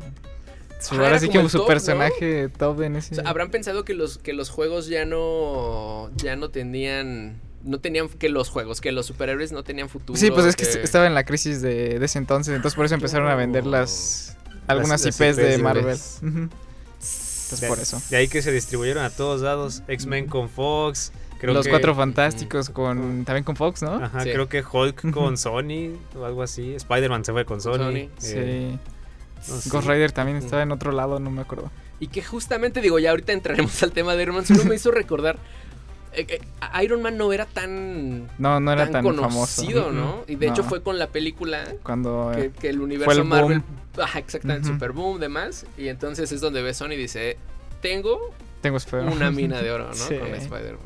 [SPEAKER 2] su
[SPEAKER 1] Ajá,
[SPEAKER 2] ahora
[SPEAKER 1] Ah, era
[SPEAKER 2] sí
[SPEAKER 1] como
[SPEAKER 2] que
[SPEAKER 1] el
[SPEAKER 2] su
[SPEAKER 1] top, ¿no?
[SPEAKER 2] personaje top en
[SPEAKER 1] O
[SPEAKER 2] ese.
[SPEAKER 1] sea, habrán pensado que los, que los juegos ya no. ya no tenían. No tenían que los juegos, que los superhéroes no tenían futuro.
[SPEAKER 2] sí, pues es que
[SPEAKER 1] que-
[SPEAKER 2] estaba en la crisis de, de ese entonces. Entonces por eso empezaron a vender
[SPEAKER 1] claro.
[SPEAKER 2] las. Algunas
[SPEAKER 4] las
[SPEAKER 2] IPs, de
[SPEAKER 4] IPs.
[SPEAKER 2] Marvel. Ujú. Entonces por eso.
[SPEAKER 4] De ahí que se distribuyeron a todos lados. X-Men con Fox. Creo
[SPEAKER 2] Los
[SPEAKER 4] que, Ah,
[SPEAKER 2] cuatro fantásticos con. También con Fox, ¿no?
[SPEAKER 4] Ajá,
[SPEAKER 1] Sí.
[SPEAKER 4] creo que Hulk con Sony o algo así. Spider-Man se fue con Sony.
[SPEAKER 1] Sony.
[SPEAKER 4] eh,
[SPEAKER 2] Sí.
[SPEAKER 4] no sé.
[SPEAKER 2] Ghost Rider también estaba en otro lado, no me acuerdo.
[SPEAKER 1] Y que justamente, digo, ya ahorita entraremos al tema de Iron Man. Solo me hizo recordar. eh, eh, a- Iron Man no era tan.
[SPEAKER 2] No, no era tan,
[SPEAKER 1] conocido,
[SPEAKER 2] famoso.
[SPEAKER 1] ¿no? Y de hecho
[SPEAKER 2] No.
[SPEAKER 1] fue con la película
[SPEAKER 2] Cuando.
[SPEAKER 1] que,
[SPEAKER 2] eh,
[SPEAKER 1] que el universo
[SPEAKER 2] el
[SPEAKER 1] Marvel.
[SPEAKER 2] boom.
[SPEAKER 1] Ajá, exactamente,
[SPEAKER 2] Ujú.
[SPEAKER 1] super boom, demás. Y entonces es donde ve Sony y dice: Tengo
[SPEAKER 2] tengo Spider-Man.
[SPEAKER 1] una mina de oro, ¿no?
[SPEAKER 2] Sí.
[SPEAKER 1] Con Spider-Man.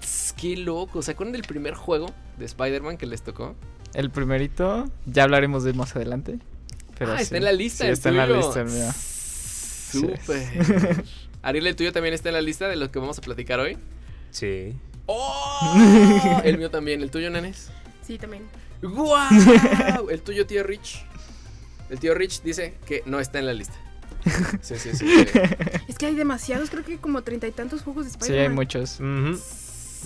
[SPEAKER 1] Tss, Qué loco. ¿Se acuerdan del primer juego de Spider-Man que les tocó?
[SPEAKER 2] El primerito, ya hablaremos de él más adelante. Pero
[SPEAKER 1] ah,
[SPEAKER 2] sí.
[SPEAKER 1] está en la lista.
[SPEAKER 2] Sí,
[SPEAKER 1] el
[SPEAKER 2] está en la
[SPEAKER 1] tuyo.
[SPEAKER 2] lista el mío.
[SPEAKER 1] Tss, Súper. Ariel, el tuyo también está en la lista de lo que vamos a platicar hoy.
[SPEAKER 4] Sí.
[SPEAKER 1] ¡Oh! El mío también. ¿El tuyo, Nanes?
[SPEAKER 3] Sí, también.
[SPEAKER 1] ¡Guau! El tuyo, tío Rich. El tío Rich dice que no está en la lista. Sí, sí, sí. sí.
[SPEAKER 3] Es que hay demasiados, creo que como treinta y tantos juegos de
[SPEAKER 2] Sí,
[SPEAKER 3] Spider-Man.
[SPEAKER 2] hay muchos.
[SPEAKER 4] Ujú.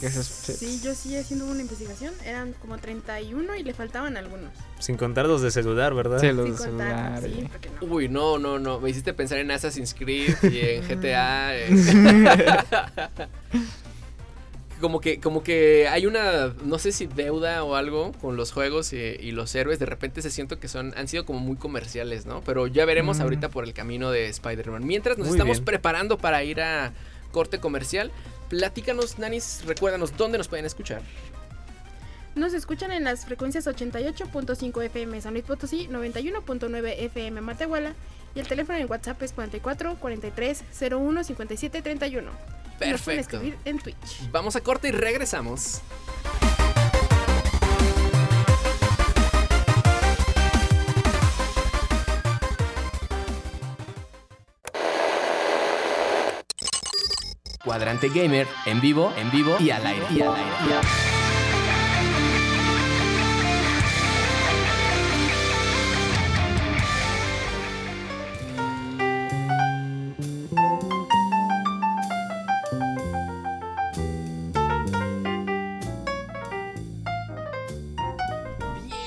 [SPEAKER 2] Gracias.
[SPEAKER 3] Sí, yo sí haciendo una investigación. Eran como 31 y le faltaban algunos.
[SPEAKER 4] Sin contar los de celular, ¿verdad?
[SPEAKER 2] Sí,
[SPEAKER 3] sin
[SPEAKER 2] los eh.
[SPEAKER 3] contar,
[SPEAKER 2] celulares.
[SPEAKER 3] sí, porque no.
[SPEAKER 1] Uy, no, no, no. Me hiciste pensar en Assassin's Creed y en GTA. eh. como que, como que hay una, no sé si deuda o algo con los juegos y, y los héroes. De repente se siento que son, han sido como muy comerciales, ¿no? Pero ya veremos
[SPEAKER 2] Mm.
[SPEAKER 1] ahorita por el camino de Spider-Man. Mientras nos
[SPEAKER 4] Muy
[SPEAKER 1] estamos
[SPEAKER 4] bien.
[SPEAKER 1] preparando para ir a corte comercial. Platícanos, Nanis, recuérdanos dónde nos pueden escuchar.
[SPEAKER 3] Nos escuchan en las frecuencias 88.5 FM San Luis Potosí, 91.9 FM Matehuala y el teléfono en WhatsApp es 44 43 01 57 31. Y Nos pueden
[SPEAKER 1] Perfecto.
[SPEAKER 3] escribir en Twitch.
[SPEAKER 1] Vamos a corte y regresamos. Cuadrante Gamer, en vivo, en vivo y al aire. Y al aire. y al aire.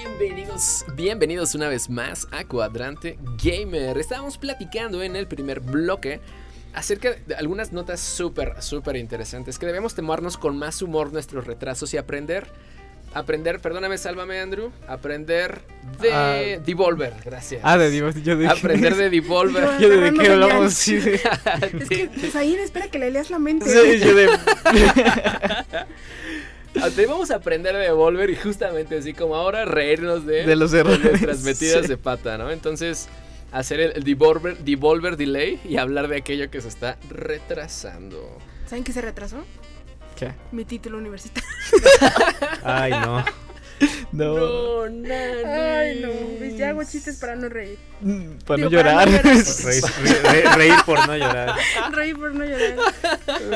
[SPEAKER 1] Bienvenidos, bienvenidos una vez más a Cuadrante Gamer. Estábamos platicando en el primer bloque acerca de algunas notas súper, súper interesantes que debemos tomarnos con más humor nuestros retrasos y aprender. Aprender, perdóname, sálvame Andrew, aprender de
[SPEAKER 2] Ah.
[SPEAKER 1] Devolver, gracias.
[SPEAKER 2] Ah, de Dios, yo dije.
[SPEAKER 1] Aprender de Devolver.
[SPEAKER 3] Yo-
[SPEAKER 2] Yo de
[SPEAKER 3] Agarrando
[SPEAKER 2] qué hablamos.
[SPEAKER 3] señales.
[SPEAKER 2] Sí, de-
[SPEAKER 3] Es que Said espera que le leas la mente.
[SPEAKER 2] sí, yo de-
[SPEAKER 1] Debemos aprender de Devolver y justamente así como ahora reírnos de,
[SPEAKER 2] de los errores.
[SPEAKER 1] nuestras metidas
[SPEAKER 2] Sí.
[SPEAKER 1] de pata, ¿no? Entonces, hacer el, el devolver, devolver delay y hablar de aquello que se está retrasando.
[SPEAKER 3] ¿Saben qué se retrasó?
[SPEAKER 2] ¿Qué?
[SPEAKER 3] Mi título universitario.
[SPEAKER 4] Ay, no.
[SPEAKER 2] No.
[SPEAKER 1] Nani.
[SPEAKER 3] Ay, no. pues Ya hago chistes para no reír.
[SPEAKER 2] Mm, Para no
[SPEAKER 3] Digo, para
[SPEAKER 2] llorar.
[SPEAKER 3] no
[SPEAKER 4] Reír, re- re- reír por no llorar.
[SPEAKER 3] Reír por no llorar.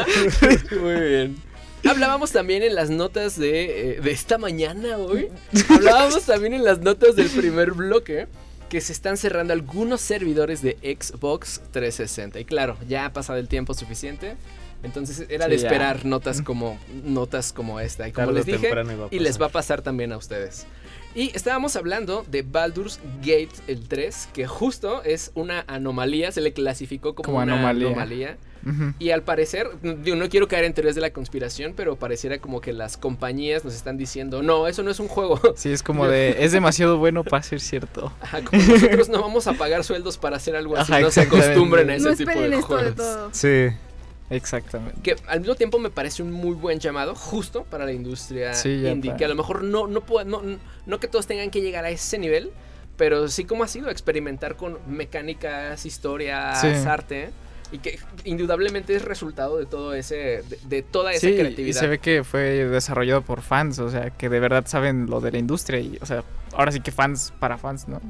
[SPEAKER 1] Muy bien. Hablábamos también en las notas de, eh, de esta mañana hoy. Hablábamos también en las notas del primer bloque que se están cerrando algunos servidores de Xbox 360. Y claro, ya ha pasado el tiempo suficiente. Entonces era de
[SPEAKER 2] Sí, ya.
[SPEAKER 1] esperar notas como notas como esta. Y como
[SPEAKER 4] Tarde o
[SPEAKER 1] les dije,
[SPEAKER 4] temprano iba a
[SPEAKER 1] y les va a
[SPEAKER 4] pasar.
[SPEAKER 1] pasar también a ustedes. Y estábamos hablando de Baldur's Gate el 3, que justo es una anomalía, se le clasificó como,
[SPEAKER 2] Como
[SPEAKER 1] una
[SPEAKER 2] anomalía.
[SPEAKER 1] anomalía.
[SPEAKER 2] Ujú.
[SPEAKER 1] Y al parecer, digo, no quiero caer en teorías de la conspiración, pero pareciera como que las compañías nos están diciendo, no, eso no es un juego.
[SPEAKER 2] Sí, es como de. Es demasiado bueno para ser cierto.
[SPEAKER 1] Ajá, como nosotros no vamos a pagar sueldos para hacer algo así,
[SPEAKER 2] Ajá,
[SPEAKER 1] no se
[SPEAKER 2] exactamente.
[SPEAKER 1] acostumbren a ese
[SPEAKER 3] No
[SPEAKER 1] tipo
[SPEAKER 3] esperen
[SPEAKER 1] de
[SPEAKER 3] esto de
[SPEAKER 1] juegos.
[SPEAKER 3] todo.
[SPEAKER 4] Sí.
[SPEAKER 2] Exactamente.
[SPEAKER 1] que al mismo tiempo me parece un muy buen llamado justo para la industria
[SPEAKER 2] Sí, ya
[SPEAKER 1] indie,
[SPEAKER 2] para-
[SPEAKER 1] que a lo mejor no, no, pueda- no, no- no que todos tengan que llegar a ese nivel, pero sí como ha sido experimentar con mecánicas, historias,
[SPEAKER 2] Sí.
[SPEAKER 1] arte, y que indudablemente es resultado de todo ese, de, de toda esa
[SPEAKER 2] Sí, y
[SPEAKER 1] creatividad.
[SPEAKER 2] se ve que fue desarrollado por fans, o sea, que de verdad saben lo de la industria y, o sea, ahora sí que fans para fans, ¿no?
[SPEAKER 3] Sí,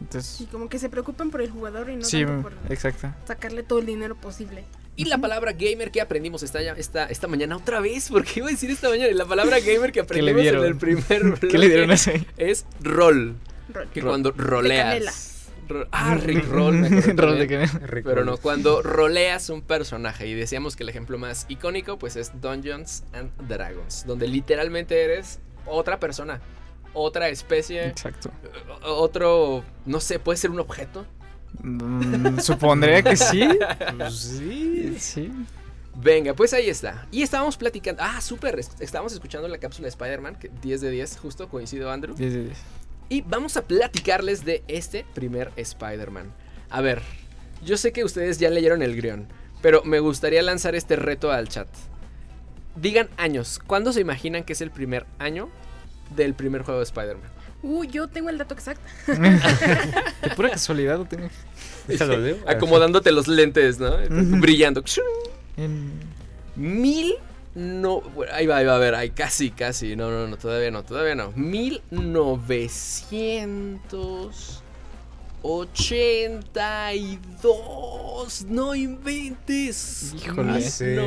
[SPEAKER 2] Entonces,
[SPEAKER 3] como que se preocupan por el jugador y no
[SPEAKER 2] sí,
[SPEAKER 3] tanto por
[SPEAKER 2] exacto.
[SPEAKER 3] sacarle todo el dinero posible.
[SPEAKER 1] Y la palabra gamer que aprendimos esta, ya- esta, esta mañana otra vez, porque iba a decir esta mañana, y la palabra gamer que
[SPEAKER 2] ¿Qué le
[SPEAKER 1] aprendimos en
[SPEAKER 2] dieron?
[SPEAKER 1] el primer
[SPEAKER 2] ¿Qué le dieron a
[SPEAKER 1] bloque
[SPEAKER 2] ese?
[SPEAKER 1] es rol,
[SPEAKER 3] Rol.
[SPEAKER 1] que
[SPEAKER 2] Rol.
[SPEAKER 1] cuando
[SPEAKER 3] canela.
[SPEAKER 1] roleas... ro- ah, Rick Roll, me acuerdo
[SPEAKER 2] Rol de
[SPEAKER 1] también.
[SPEAKER 2] que-
[SPEAKER 4] Rick
[SPEAKER 1] Pero
[SPEAKER 4] Roll.
[SPEAKER 1] no, cuando roleas un personaje y decíamos que el ejemplo más icónico pues es Dungeons and Dragons, donde literalmente eres otra persona, otra especie,
[SPEAKER 2] Exacto.
[SPEAKER 1] o- otro, no sé, puede ser un objeto.
[SPEAKER 2] Mm, supondría que sí.
[SPEAKER 4] Pues sí.
[SPEAKER 2] Sí.
[SPEAKER 1] Venga, pues ahí está. Y estábamos platicando, ah, súper, es- estábamos escuchando la cápsula de Spider-Man, que 10 de 10, justo coincido Andrew.
[SPEAKER 2] 10 de 10.
[SPEAKER 1] Y vamos a platicarles de este primer Spider-Man. A ver, yo sé que ustedes ya leyeron el guión, pero me gustaría lanzar este reto al chat. Digan años, ¿cuándo se imaginan que es el primer año del primer juego de Spider-Man?
[SPEAKER 3] Uh, yo tengo el dato exacto.
[SPEAKER 2] De pura casualidad lo tengo.
[SPEAKER 4] Déjalo, ¿eh? leo.
[SPEAKER 1] Acomodándote los lentes, ¿no?
[SPEAKER 2] Ujú.
[SPEAKER 1] Brillando.
[SPEAKER 2] En...
[SPEAKER 1] Mil... No, bueno, ahí va, ahí va, a ver, ahí casi, casi, no, no, no, todavía no, todavía no. 1900... 82. No inventes.
[SPEAKER 2] Híjole. Ah,
[SPEAKER 4] Hace-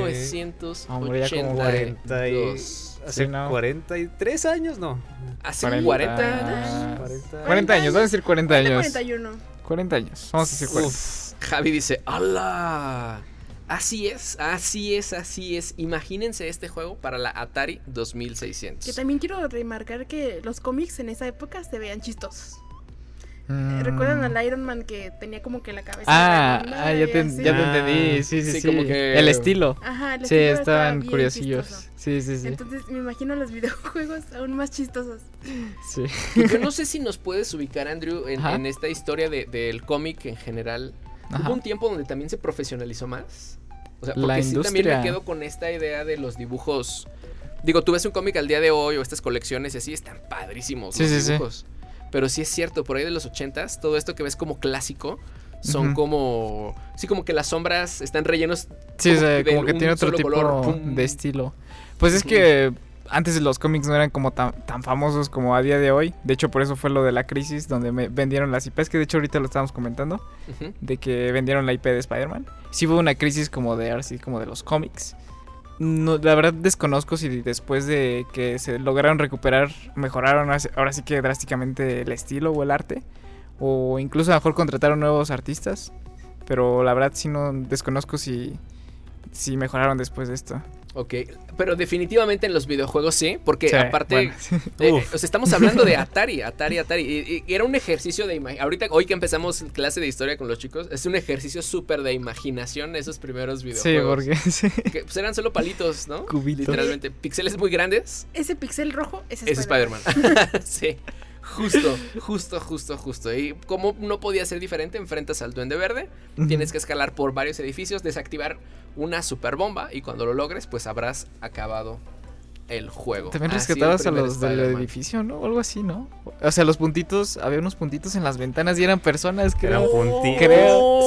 [SPEAKER 2] Hombre, ya como
[SPEAKER 4] 40 y-
[SPEAKER 1] 1982.
[SPEAKER 4] Hace
[SPEAKER 2] Sí, no.
[SPEAKER 4] 43 años, no.
[SPEAKER 1] Hace 40 años.
[SPEAKER 2] Ah.
[SPEAKER 4] 40.
[SPEAKER 2] 40 años, vamos a decir 40
[SPEAKER 3] Ponle
[SPEAKER 2] años.
[SPEAKER 3] 41.
[SPEAKER 2] 40 años, vamos a decir 40.
[SPEAKER 1] Uf, Javi dice, ¡Hala! Así es, así es, así es. Imagínense este juego para la Atari
[SPEAKER 3] Que
[SPEAKER 1] 2600.
[SPEAKER 3] también quiero remarcar que los cómics en esa época se veían chistosos.
[SPEAKER 2] Mm.
[SPEAKER 3] ¿Recuerdan al Iron Man que tenía como que la cabeza?
[SPEAKER 2] Ah,
[SPEAKER 3] redonda
[SPEAKER 2] ah, ya,
[SPEAKER 3] y
[SPEAKER 2] te,
[SPEAKER 3] así?
[SPEAKER 2] ya te
[SPEAKER 4] Ah,
[SPEAKER 2] entendí. Sí, sí, sí.
[SPEAKER 1] sí, como que-
[SPEAKER 2] El estilo.
[SPEAKER 3] Ajá, el
[SPEAKER 2] Sí,
[SPEAKER 3] estilo estaba
[SPEAKER 2] estaban
[SPEAKER 3] bien
[SPEAKER 2] curiosillos.
[SPEAKER 3] chistoso.
[SPEAKER 2] Sí, sí, sí.
[SPEAKER 3] Entonces me imagino los videojuegos aún más chistosos.
[SPEAKER 2] sí.
[SPEAKER 1] Pues Yo no sé si nos puedes ubicar, Andrew, en,
[SPEAKER 2] Ajá.
[SPEAKER 1] en esta historia de- del cómic en general.
[SPEAKER 2] Ajá.
[SPEAKER 1] Hubo un tiempo donde también se profesionalizó más. O sea,
[SPEAKER 2] La
[SPEAKER 1] porque sí también me
[SPEAKER 2] industria.
[SPEAKER 1] quedo con esta idea de los dibujos. Digo, tú ves un cómic al día de hoy o estas colecciones y así están padrísimos
[SPEAKER 2] Sí,
[SPEAKER 1] los
[SPEAKER 2] sí, sí.
[SPEAKER 1] dibujos. Pero sí es cierto, por ahí de los ochentas, todo esto que ves como clásico son
[SPEAKER 2] Ujú.
[SPEAKER 1] como. Sí, como que las sombras están rellenos.
[SPEAKER 2] Sí, o
[SPEAKER 1] como
[SPEAKER 2] sea,
[SPEAKER 1] que de
[SPEAKER 2] como que
[SPEAKER 1] un
[SPEAKER 2] tiene otro
[SPEAKER 1] solo
[SPEAKER 2] tipo
[SPEAKER 1] color, pum.
[SPEAKER 2] de estilo. Pues es que antes los cómics no eran como tan, tan famosos como a día de hoy. De hecho, por eso fue lo de la crisis donde me vendieron las IPs, que de hecho ahorita lo estábamos comentando,
[SPEAKER 1] Ujú.
[SPEAKER 2] de que vendieron la IP de Spider-Man. Sí hubo una crisis como de, ahora sí, como de los cómics. No, la verdad desconozco si después de que se lograron recuperar, mejoraron as- ahora sí que drásticamente el estilo o el arte. O incluso a lo mejor contrataron nuevos artistas. Pero la verdad sí no desconozco si, si mejoraron después de esto.
[SPEAKER 1] Ok, pero definitivamente en los videojuegos sí, porque
[SPEAKER 2] Sí,
[SPEAKER 1] aparte,
[SPEAKER 2] bueno,
[SPEAKER 1] eh,
[SPEAKER 4] Uf.
[SPEAKER 1] o sea, estamos hablando de Atari, Atari, Atari, y, y era un ejercicio de imaginación, ahorita, hoy que empezamos clase de historia con los chicos, es un ejercicio súper de imaginación esos primeros
[SPEAKER 2] sí,
[SPEAKER 1] videojuegos.
[SPEAKER 2] porque sí.
[SPEAKER 1] Que, pues eran solo palitos, ¿no?
[SPEAKER 2] Cubitos.
[SPEAKER 1] Literalmente, píxeles muy grandes,
[SPEAKER 3] Ese pixel rojo es
[SPEAKER 1] es
[SPEAKER 3] Spider-Man.
[SPEAKER 1] Spider-Man. sí, justo, justo, justo, justo. Y como no podía ser diferente, enfrentas al Duende Verde, Tienes que escalar por varios edificios, desactivar una super bomba y cuando lo logres, pues habrás acabado el juego.
[SPEAKER 2] También
[SPEAKER 1] Así
[SPEAKER 2] rescatabas
[SPEAKER 1] Ah, el
[SPEAKER 2] a
[SPEAKER 1] primer
[SPEAKER 2] los del
[SPEAKER 1] Spider-Man.
[SPEAKER 2] edificio, ¿no? O algo así, ¿no? O sea, los puntitos, había unos puntitos en las ventanas y eran personas que
[SPEAKER 4] Eran
[SPEAKER 2] eran...
[SPEAKER 1] Oh.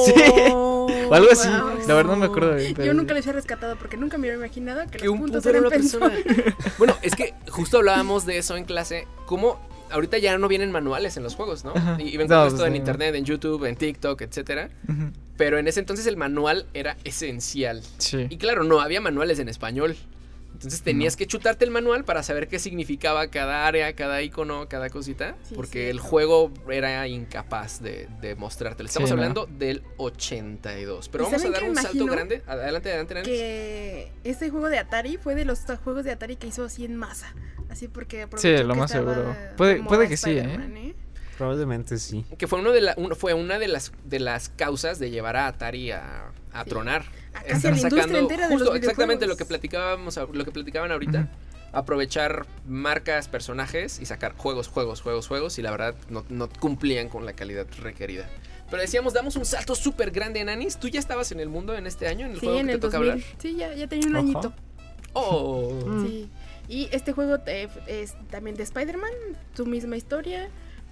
[SPEAKER 4] puntitos.
[SPEAKER 2] Creo. Sí. O algo así.
[SPEAKER 3] Wow.
[SPEAKER 2] La verdad no me acuerdo. bien,
[SPEAKER 3] Yo
[SPEAKER 2] pero-
[SPEAKER 3] nunca los he rescatado porque nunca me hubiera imaginado que,
[SPEAKER 1] Que
[SPEAKER 3] los
[SPEAKER 1] un
[SPEAKER 3] puntos
[SPEAKER 1] punto era
[SPEAKER 3] eran
[SPEAKER 1] una
[SPEAKER 3] personas.
[SPEAKER 1] persona. bueno, es que justo hablábamos de eso en clase. ¿Cómo? Ahorita ya no vienen manuales en los juegos, ¿no?
[SPEAKER 2] Ajá.
[SPEAKER 1] Y, y ven
[SPEAKER 2] No,
[SPEAKER 1] esto
[SPEAKER 2] pues,
[SPEAKER 1] en
[SPEAKER 2] no.
[SPEAKER 1] internet, en YouTube, en TikTok, etcétera.
[SPEAKER 2] Ujú.
[SPEAKER 1] Pero en ese entonces el manual era esencial.
[SPEAKER 2] Sí.
[SPEAKER 1] Y claro, no había manuales en español. Entonces tenías que chutarte el manual para saber qué significaba cada área, cada icono, cada cosita.
[SPEAKER 3] Sí,
[SPEAKER 1] porque
[SPEAKER 3] sí.
[SPEAKER 1] el juego era incapaz de, de mostrártelo. Estamos
[SPEAKER 2] Sí, no.
[SPEAKER 1] hablando del 82. Pero
[SPEAKER 3] ¿Y
[SPEAKER 1] vamos a
[SPEAKER 3] saben qué
[SPEAKER 1] dar
[SPEAKER 3] me
[SPEAKER 1] un salto
[SPEAKER 3] imagino?
[SPEAKER 1] grande. Ad- Adelante, adelante, adelante.
[SPEAKER 3] Que ese juego de Atari fue de los juegos de Atari que hizo así en masa. Así porque aprovechó
[SPEAKER 2] Sí, lo
[SPEAKER 3] que
[SPEAKER 2] más
[SPEAKER 3] estaba
[SPEAKER 2] seguro.
[SPEAKER 3] de
[SPEAKER 2] Puede-
[SPEAKER 3] moda
[SPEAKER 2] puede que sí, ¿eh?
[SPEAKER 3] Spider-Man, ¿eh?
[SPEAKER 4] Probablemente sí.
[SPEAKER 1] Que fue, uno de la, un- fue una de las, de las causas de llevar a Atari a, a
[SPEAKER 3] Sí.
[SPEAKER 1] tronar.
[SPEAKER 3] A casi a
[SPEAKER 1] Estar
[SPEAKER 3] la industria
[SPEAKER 1] sacando
[SPEAKER 3] entera de
[SPEAKER 1] justo
[SPEAKER 3] los
[SPEAKER 1] exactamente lo
[SPEAKER 3] videojuegos.
[SPEAKER 1] que platicábamos, a- lo que platicaban ahorita. Aprovechar marcas, personajes y sacar juegos, juegos, juegos, juegos. Y la verdad no, no cumplían con la calidad requerida. Pero decíamos, damos un salto súper grande en Anis. Tú ya estabas en el mundo en este año, en el
[SPEAKER 3] Sí,
[SPEAKER 1] juego
[SPEAKER 3] en
[SPEAKER 1] que
[SPEAKER 3] el
[SPEAKER 1] te toca
[SPEAKER 3] 2000.
[SPEAKER 1] hablar.
[SPEAKER 3] Sí, ya, ya tenía un
[SPEAKER 2] Ajá. Mm.
[SPEAKER 3] añito.
[SPEAKER 1] Oh,
[SPEAKER 3] Sí. Y este juego te- es también de Spider-Man, su misma historia.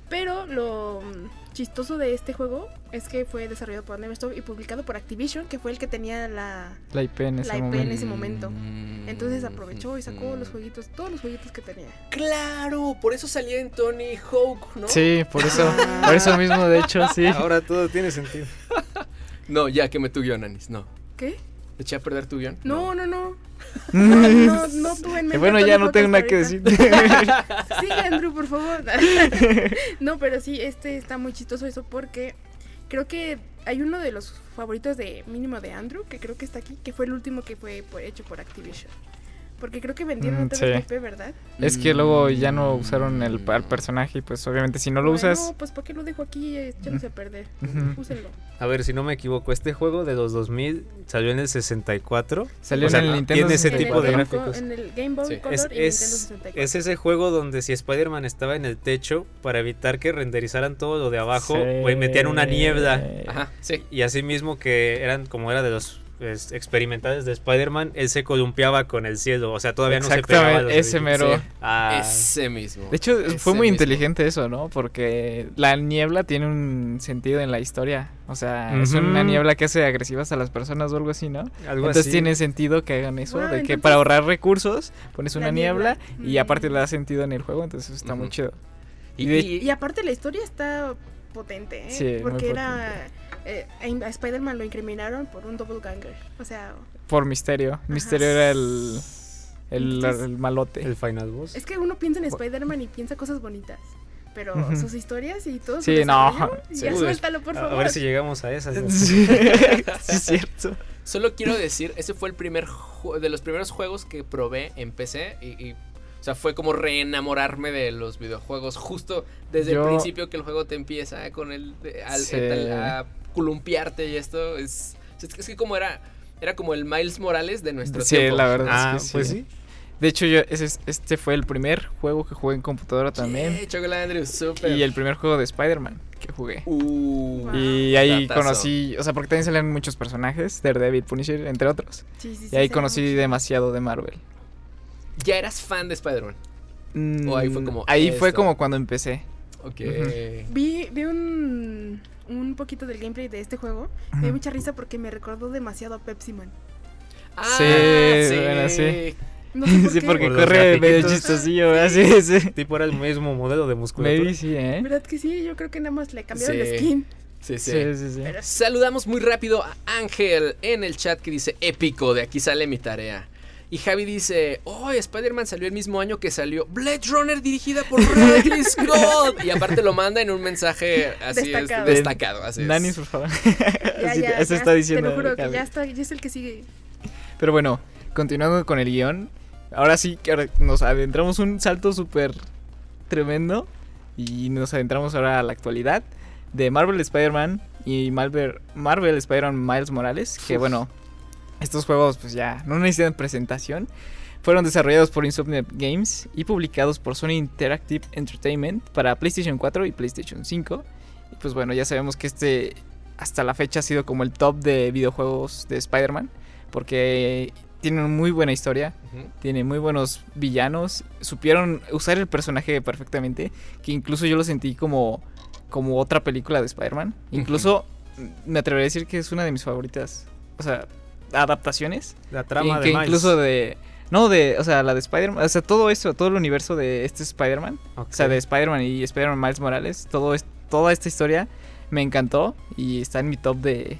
[SPEAKER 3] Pero lo mm, chistoso de este juego es que fue desarrollado por Neversoft y publicado por Activision, que fue el que tenía la.
[SPEAKER 2] La IP en ese
[SPEAKER 3] La IP en
[SPEAKER 2] momento.
[SPEAKER 3] ese momento.
[SPEAKER 1] Mm,
[SPEAKER 3] Entonces aprovechó y sacó
[SPEAKER 1] mm.
[SPEAKER 3] los jueguitos, todos los jueguitos que tenía.
[SPEAKER 1] Claro, por eso salía en Tony Hawk, ¿no?
[SPEAKER 2] Sí, por eso, por eso mismo, de hecho, sí.
[SPEAKER 3] Ah,
[SPEAKER 4] Ahora todo tiene sentido.
[SPEAKER 1] No, ya quemé tu guión, Anis. No.
[SPEAKER 3] ¿Qué?
[SPEAKER 1] ¿Eché a perder tu guión?
[SPEAKER 3] No, no, no. No,
[SPEAKER 2] Y
[SPEAKER 3] no tuve en mente
[SPEAKER 2] Mm. bueno,
[SPEAKER 3] todo
[SPEAKER 2] ya
[SPEAKER 3] el
[SPEAKER 2] no
[SPEAKER 3] podcast
[SPEAKER 2] tengo nada que
[SPEAKER 3] ahorita.
[SPEAKER 2] decir.
[SPEAKER 3] Sí, Andrew, por favor. no, pero sí, este está muy chistoso eso porque creo que hay uno de los favoritos de mínimo de Andrew, que creo que está aquí, que fue el último que fue por- hecho por Activision. Porque creo que vendieron
[SPEAKER 2] Mm,
[SPEAKER 3] otra
[SPEAKER 2] sí.
[SPEAKER 3] vez la IP, ¿verdad?
[SPEAKER 2] es que luego ya no usaron el, al personaje y pues obviamente si no lo
[SPEAKER 3] Ay,
[SPEAKER 2] usas... Mm.
[SPEAKER 3] No, pues ¿por qué lo dejo aquí echándose a perder?
[SPEAKER 2] Ujú.
[SPEAKER 3] Úsenlo.
[SPEAKER 4] A ver, si no me equivoco, este juego de los 2000 salió en el 64.
[SPEAKER 2] Salió
[SPEAKER 4] O sea,
[SPEAKER 2] en el
[SPEAKER 4] tiene
[SPEAKER 2] Nintendo
[SPEAKER 4] ese
[SPEAKER 3] En
[SPEAKER 2] 64.
[SPEAKER 3] el
[SPEAKER 4] tipo de
[SPEAKER 3] Game
[SPEAKER 4] gráficos.
[SPEAKER 3] Boy- En el Game Boy
[SPEAKER 1] Sí.
[SPEAKER 3] Color
[SPEAKER 4] Es,
[SPEAKER 3] y Nintendo
[SPEAKER 4] es,
[SPEAKER 3] 64.
[SPEAKER 4] es ese juego donde si Spider-Man estaba en el techo para evitar que renderizaran todo lo de abajo, güey, metían una niebla.
[SPEAKER 1] Ajá, sí.
[SPEAKER 4] Y así mismo que eran como era de los es, experimentales de Spider-Man, él se columpiaba con el cielo. O sea, todavía no se pegaba. a los
[SPEAKER 2] Exactamente, ese
[SPEAKER 4] edificios.
[SPEAKER 2] mero.
[SPEAKER 1] Sí.
[SPEAKER 4] Ah,
[SPEAKER 1] Ese mismo.
[SPEAKER 2] De hecho,
[SPEAKER 1] Ese
[SPEAKER 2] fue muy
[SPEAKER 1] mismo.
[SPEAKER 2] inteligente eso, ¿no? Porque la niebla tiene un sentido en la historia. O sea, es una
[SPEAKER 4] Ujú.
[SPEAKER 2] niebla que hace agresivas a las personas o algo así, ¿no?
[SPEAKER 4] algo
[SPEAKER 2] Entonces
[SPEAKER 4] así.
[SPEAKER 2] tiene sentido que hagan eso,
[SPEAKER 3] Wow,
[SPEAKER 2] de que
[SPEAKER 3] Ah, entonces-
[SPEAKER 2] para ahorrar recursos pones
[SPEAKER 3] La
[SPEAKER 2] una niebla,
[SPEAKER 3] niebla.
[SPEAKER 2] y aparte
[SPEAKER 3] Mm.
[SPEAKER 2] le da sentido en el juego, entonces eso está muy
[SPEAKER 1] Ujú.
[SPEAKER 2] chido.
[SPEAKER 1] Y,
[SPEAKER 2] y de-
[SPEAKER 1] y-
[SPEAKER 3] Y aparte la historia está potente, ¿eh?
[SPEAKER 2] Sí, muy
[SPEAKER 3] porque era... eh, a a Spider-Man lo incriminaron por un doppelganger. O sea,
[SPEAKER 2] Por Misterio. Misterio era el, el,
[SPEAKER 3] Entonces-
[SPEAKER 2] el malote.
[SPEAKER 4] El final boss.
[SPEAKER 3] es que uno piensa en Spider-Man y piensa cosas bonitas. Pero
[SPEAKER 2] Ujú.
[SPEAKER 3] sus historias y todo. su
[SPEAKER 2] Sí, no.
[SPEAKER 3] desarrollo,
[SPEAKER 2] Sí.
[SPEAKER 3] Ya
[SPEAKER 4] Uy,
[SPEAKER 3] suéltalo, por
[SPEAKER 4] a-
[SPEAKER 3] favor.
[SPEAKER 4] A ver si llegamos a esas.
[SPEAKER 2] Sí, sí, es cierto.
[SPEAKER 1] Solo quiero decir, ese fue el primer ju- de los primeros juegos que probé en PC y, y, o sea, fue como reenamorarme de los videojuegos justo desde el
[SPEAKER 2] Yo-
[SPEAKER 1] principio que el juego te empieza con el de- al-
[SPEAKER 2] Sí.
[SPEAKER 1] el- al- a columpiarte y esto es es que, es que como era era como el Miles Morales de nuestro
[SPEAKER 2] Sí,
[SPEAKER 1] tiempo.
[SPEAKER 2] la verdad.
[SPEAKER 4] Ah,
[SPEAKER 2] es que
[SPEAKER 4] pues
[SPEAKER 2] sí.
[SPEAKER 4] sí.
[SPEAKER 2] De hecho, yo, ese es- este fue el primer juego que jugué en computadora también.
[SPEAKER 1] Ah, Yeah, Chocolate Andrew, súper.
[SPEAKER 2] Y el primer juego de Spider-Man que jugué.
[SPEAKER 1] Uh,
[SPEAKER 3] Wow.
[SPEAKER 2] Y ahí
[SPEAKER 1] Datazo.
[SPEAKER 2] conocí, o sea, porque también salían muchos personajes, Daredevil, Punisher, entre otros.
[SPEAKER 3] Sí, sí, sí,
[SPEAKER 2] Y ahí
[SPEAKER 3] será
[SPEAKER 2] conocí
[SPEAKER 3] mucho.
[SPEAKER 2] demasiado de Marvel.
[SPEAKER 1] ya eras fan de Spider-Man.
[SPEAKER 2] Mm,
[SPEAKER 1] O Oh, ahí fue como,
[SPEAKER 2] Ahí fue
[SPEAKER 1] esto.
[SPEAKER 2] como cuando empecé.
[SPEAKER 1] Ok.
[SPEAKER 2] Ujú.
[SPEAKER 3] Vi, vi un, un poquito del gameplay de este juego. Me dio mucha risa porque me recordó demasiado a Pepsi Man.
[SPEAKER 1] Ah,
[SPEAKER 2] Sí, bueno, sí.
[SPEAKER 3] No sé por
[SPEAKER 2] sí,
[SPEAKER 3] qué.
[SPEAKER 2] porque
[SPEAKER 4] Por los
[SPEAKER 2] corre medio
[SPEAKER 4] gatitos.
[SPEAKER 2] chistosillo, así, sí.
[SPEAKER 4] Tipo era el mismo modelo de
[SPEAKER 2] Maybe
[SPEAKER 4] musculatura.
[SPEAKER 2] sí, ¿eh?
[SPEAKER 3] ¿Verdad que sí? Yo creo que nada más le cambiaron
[SPEAKER 1] Sí.
[SPEAKER 3] la skin.
[SPEAKER 1] Sí, sí.
[SPEAKER 2] Sí, sí, sí.
[SPEAKER 3] Pero
[SPEAKER 1] Saludamos muy rápido a Ángel en el chat que dice épico, de aquí sale mi tarea. Y Javi dice, oh, Spider-Man salió el mismo año que salió Blade Runner dirigida por Ridley Scott. Y aparte lo manda en un mensaje así es,
[SPEAKER 3] Destacado.
[SPEAKER 1] destacado. así es.
[SPEAKER 2] Nanis, por favor.
[SPEAKER 3] ya,
[SPEAKER 2] Sí,
[SPEAKER 3] ya,
[SPEAKER 2] eso
[SPEAKER 3] ya,
[SPEAKER 2] está diciendo.
[SPEAKER 3] Te lo juro que
[SPEAKER 2] Javi.
[SPEAKER 3] ya, está, ya es el que sigue.
[SPEAKER 2] Pero bueno, continuando con el guión, ahora sí que ahora nos adentramos un salto súper tremendo y nos adentramos ahora a la actualidad de Marvel Spider-Man y Marvel, Marvel Spider-Man Miles Morales, que bueno, estos juegos pues ya no necesitan presentación. Fueron desarrollados por Insomniac Games y publicados por Sony Interactive Entertainment para PlayStation 4 y PlayStation 5. Y pues bueno, ya sabemos que este hasta la fecha ha sido como el top de videojuegos de Spider-Man porque tiene una muy buena historia,
[SPEAKER 1] Ujú.
[SPEAKER 2] tiene muy buenos villanos, supieron usar el personaje perfectamente, que incluso yo lo sentí como, como otra película de Spider-Man. Incluso mm, me atrevería a decir que es una de mis favoritas, o sea, adaptaciones,
[SPEAKER 4] La
[SPEAKER 2] y
[SPEAKER 4] trama de
[SPEAKER 2] que
[SPEAKER 4] Miles.
[SPEAKER 2] incluso de... No, de, o sea, la de Spider-Man, o sea, todo eso, todo el universo de este Spider-Man,
[SPEAKER 4] Ok.
[SPEAKER 2] o sea, de Spider-Man y Spider-Man Miles Morales, todo es, toda esta historia me encantó y está en mi top de,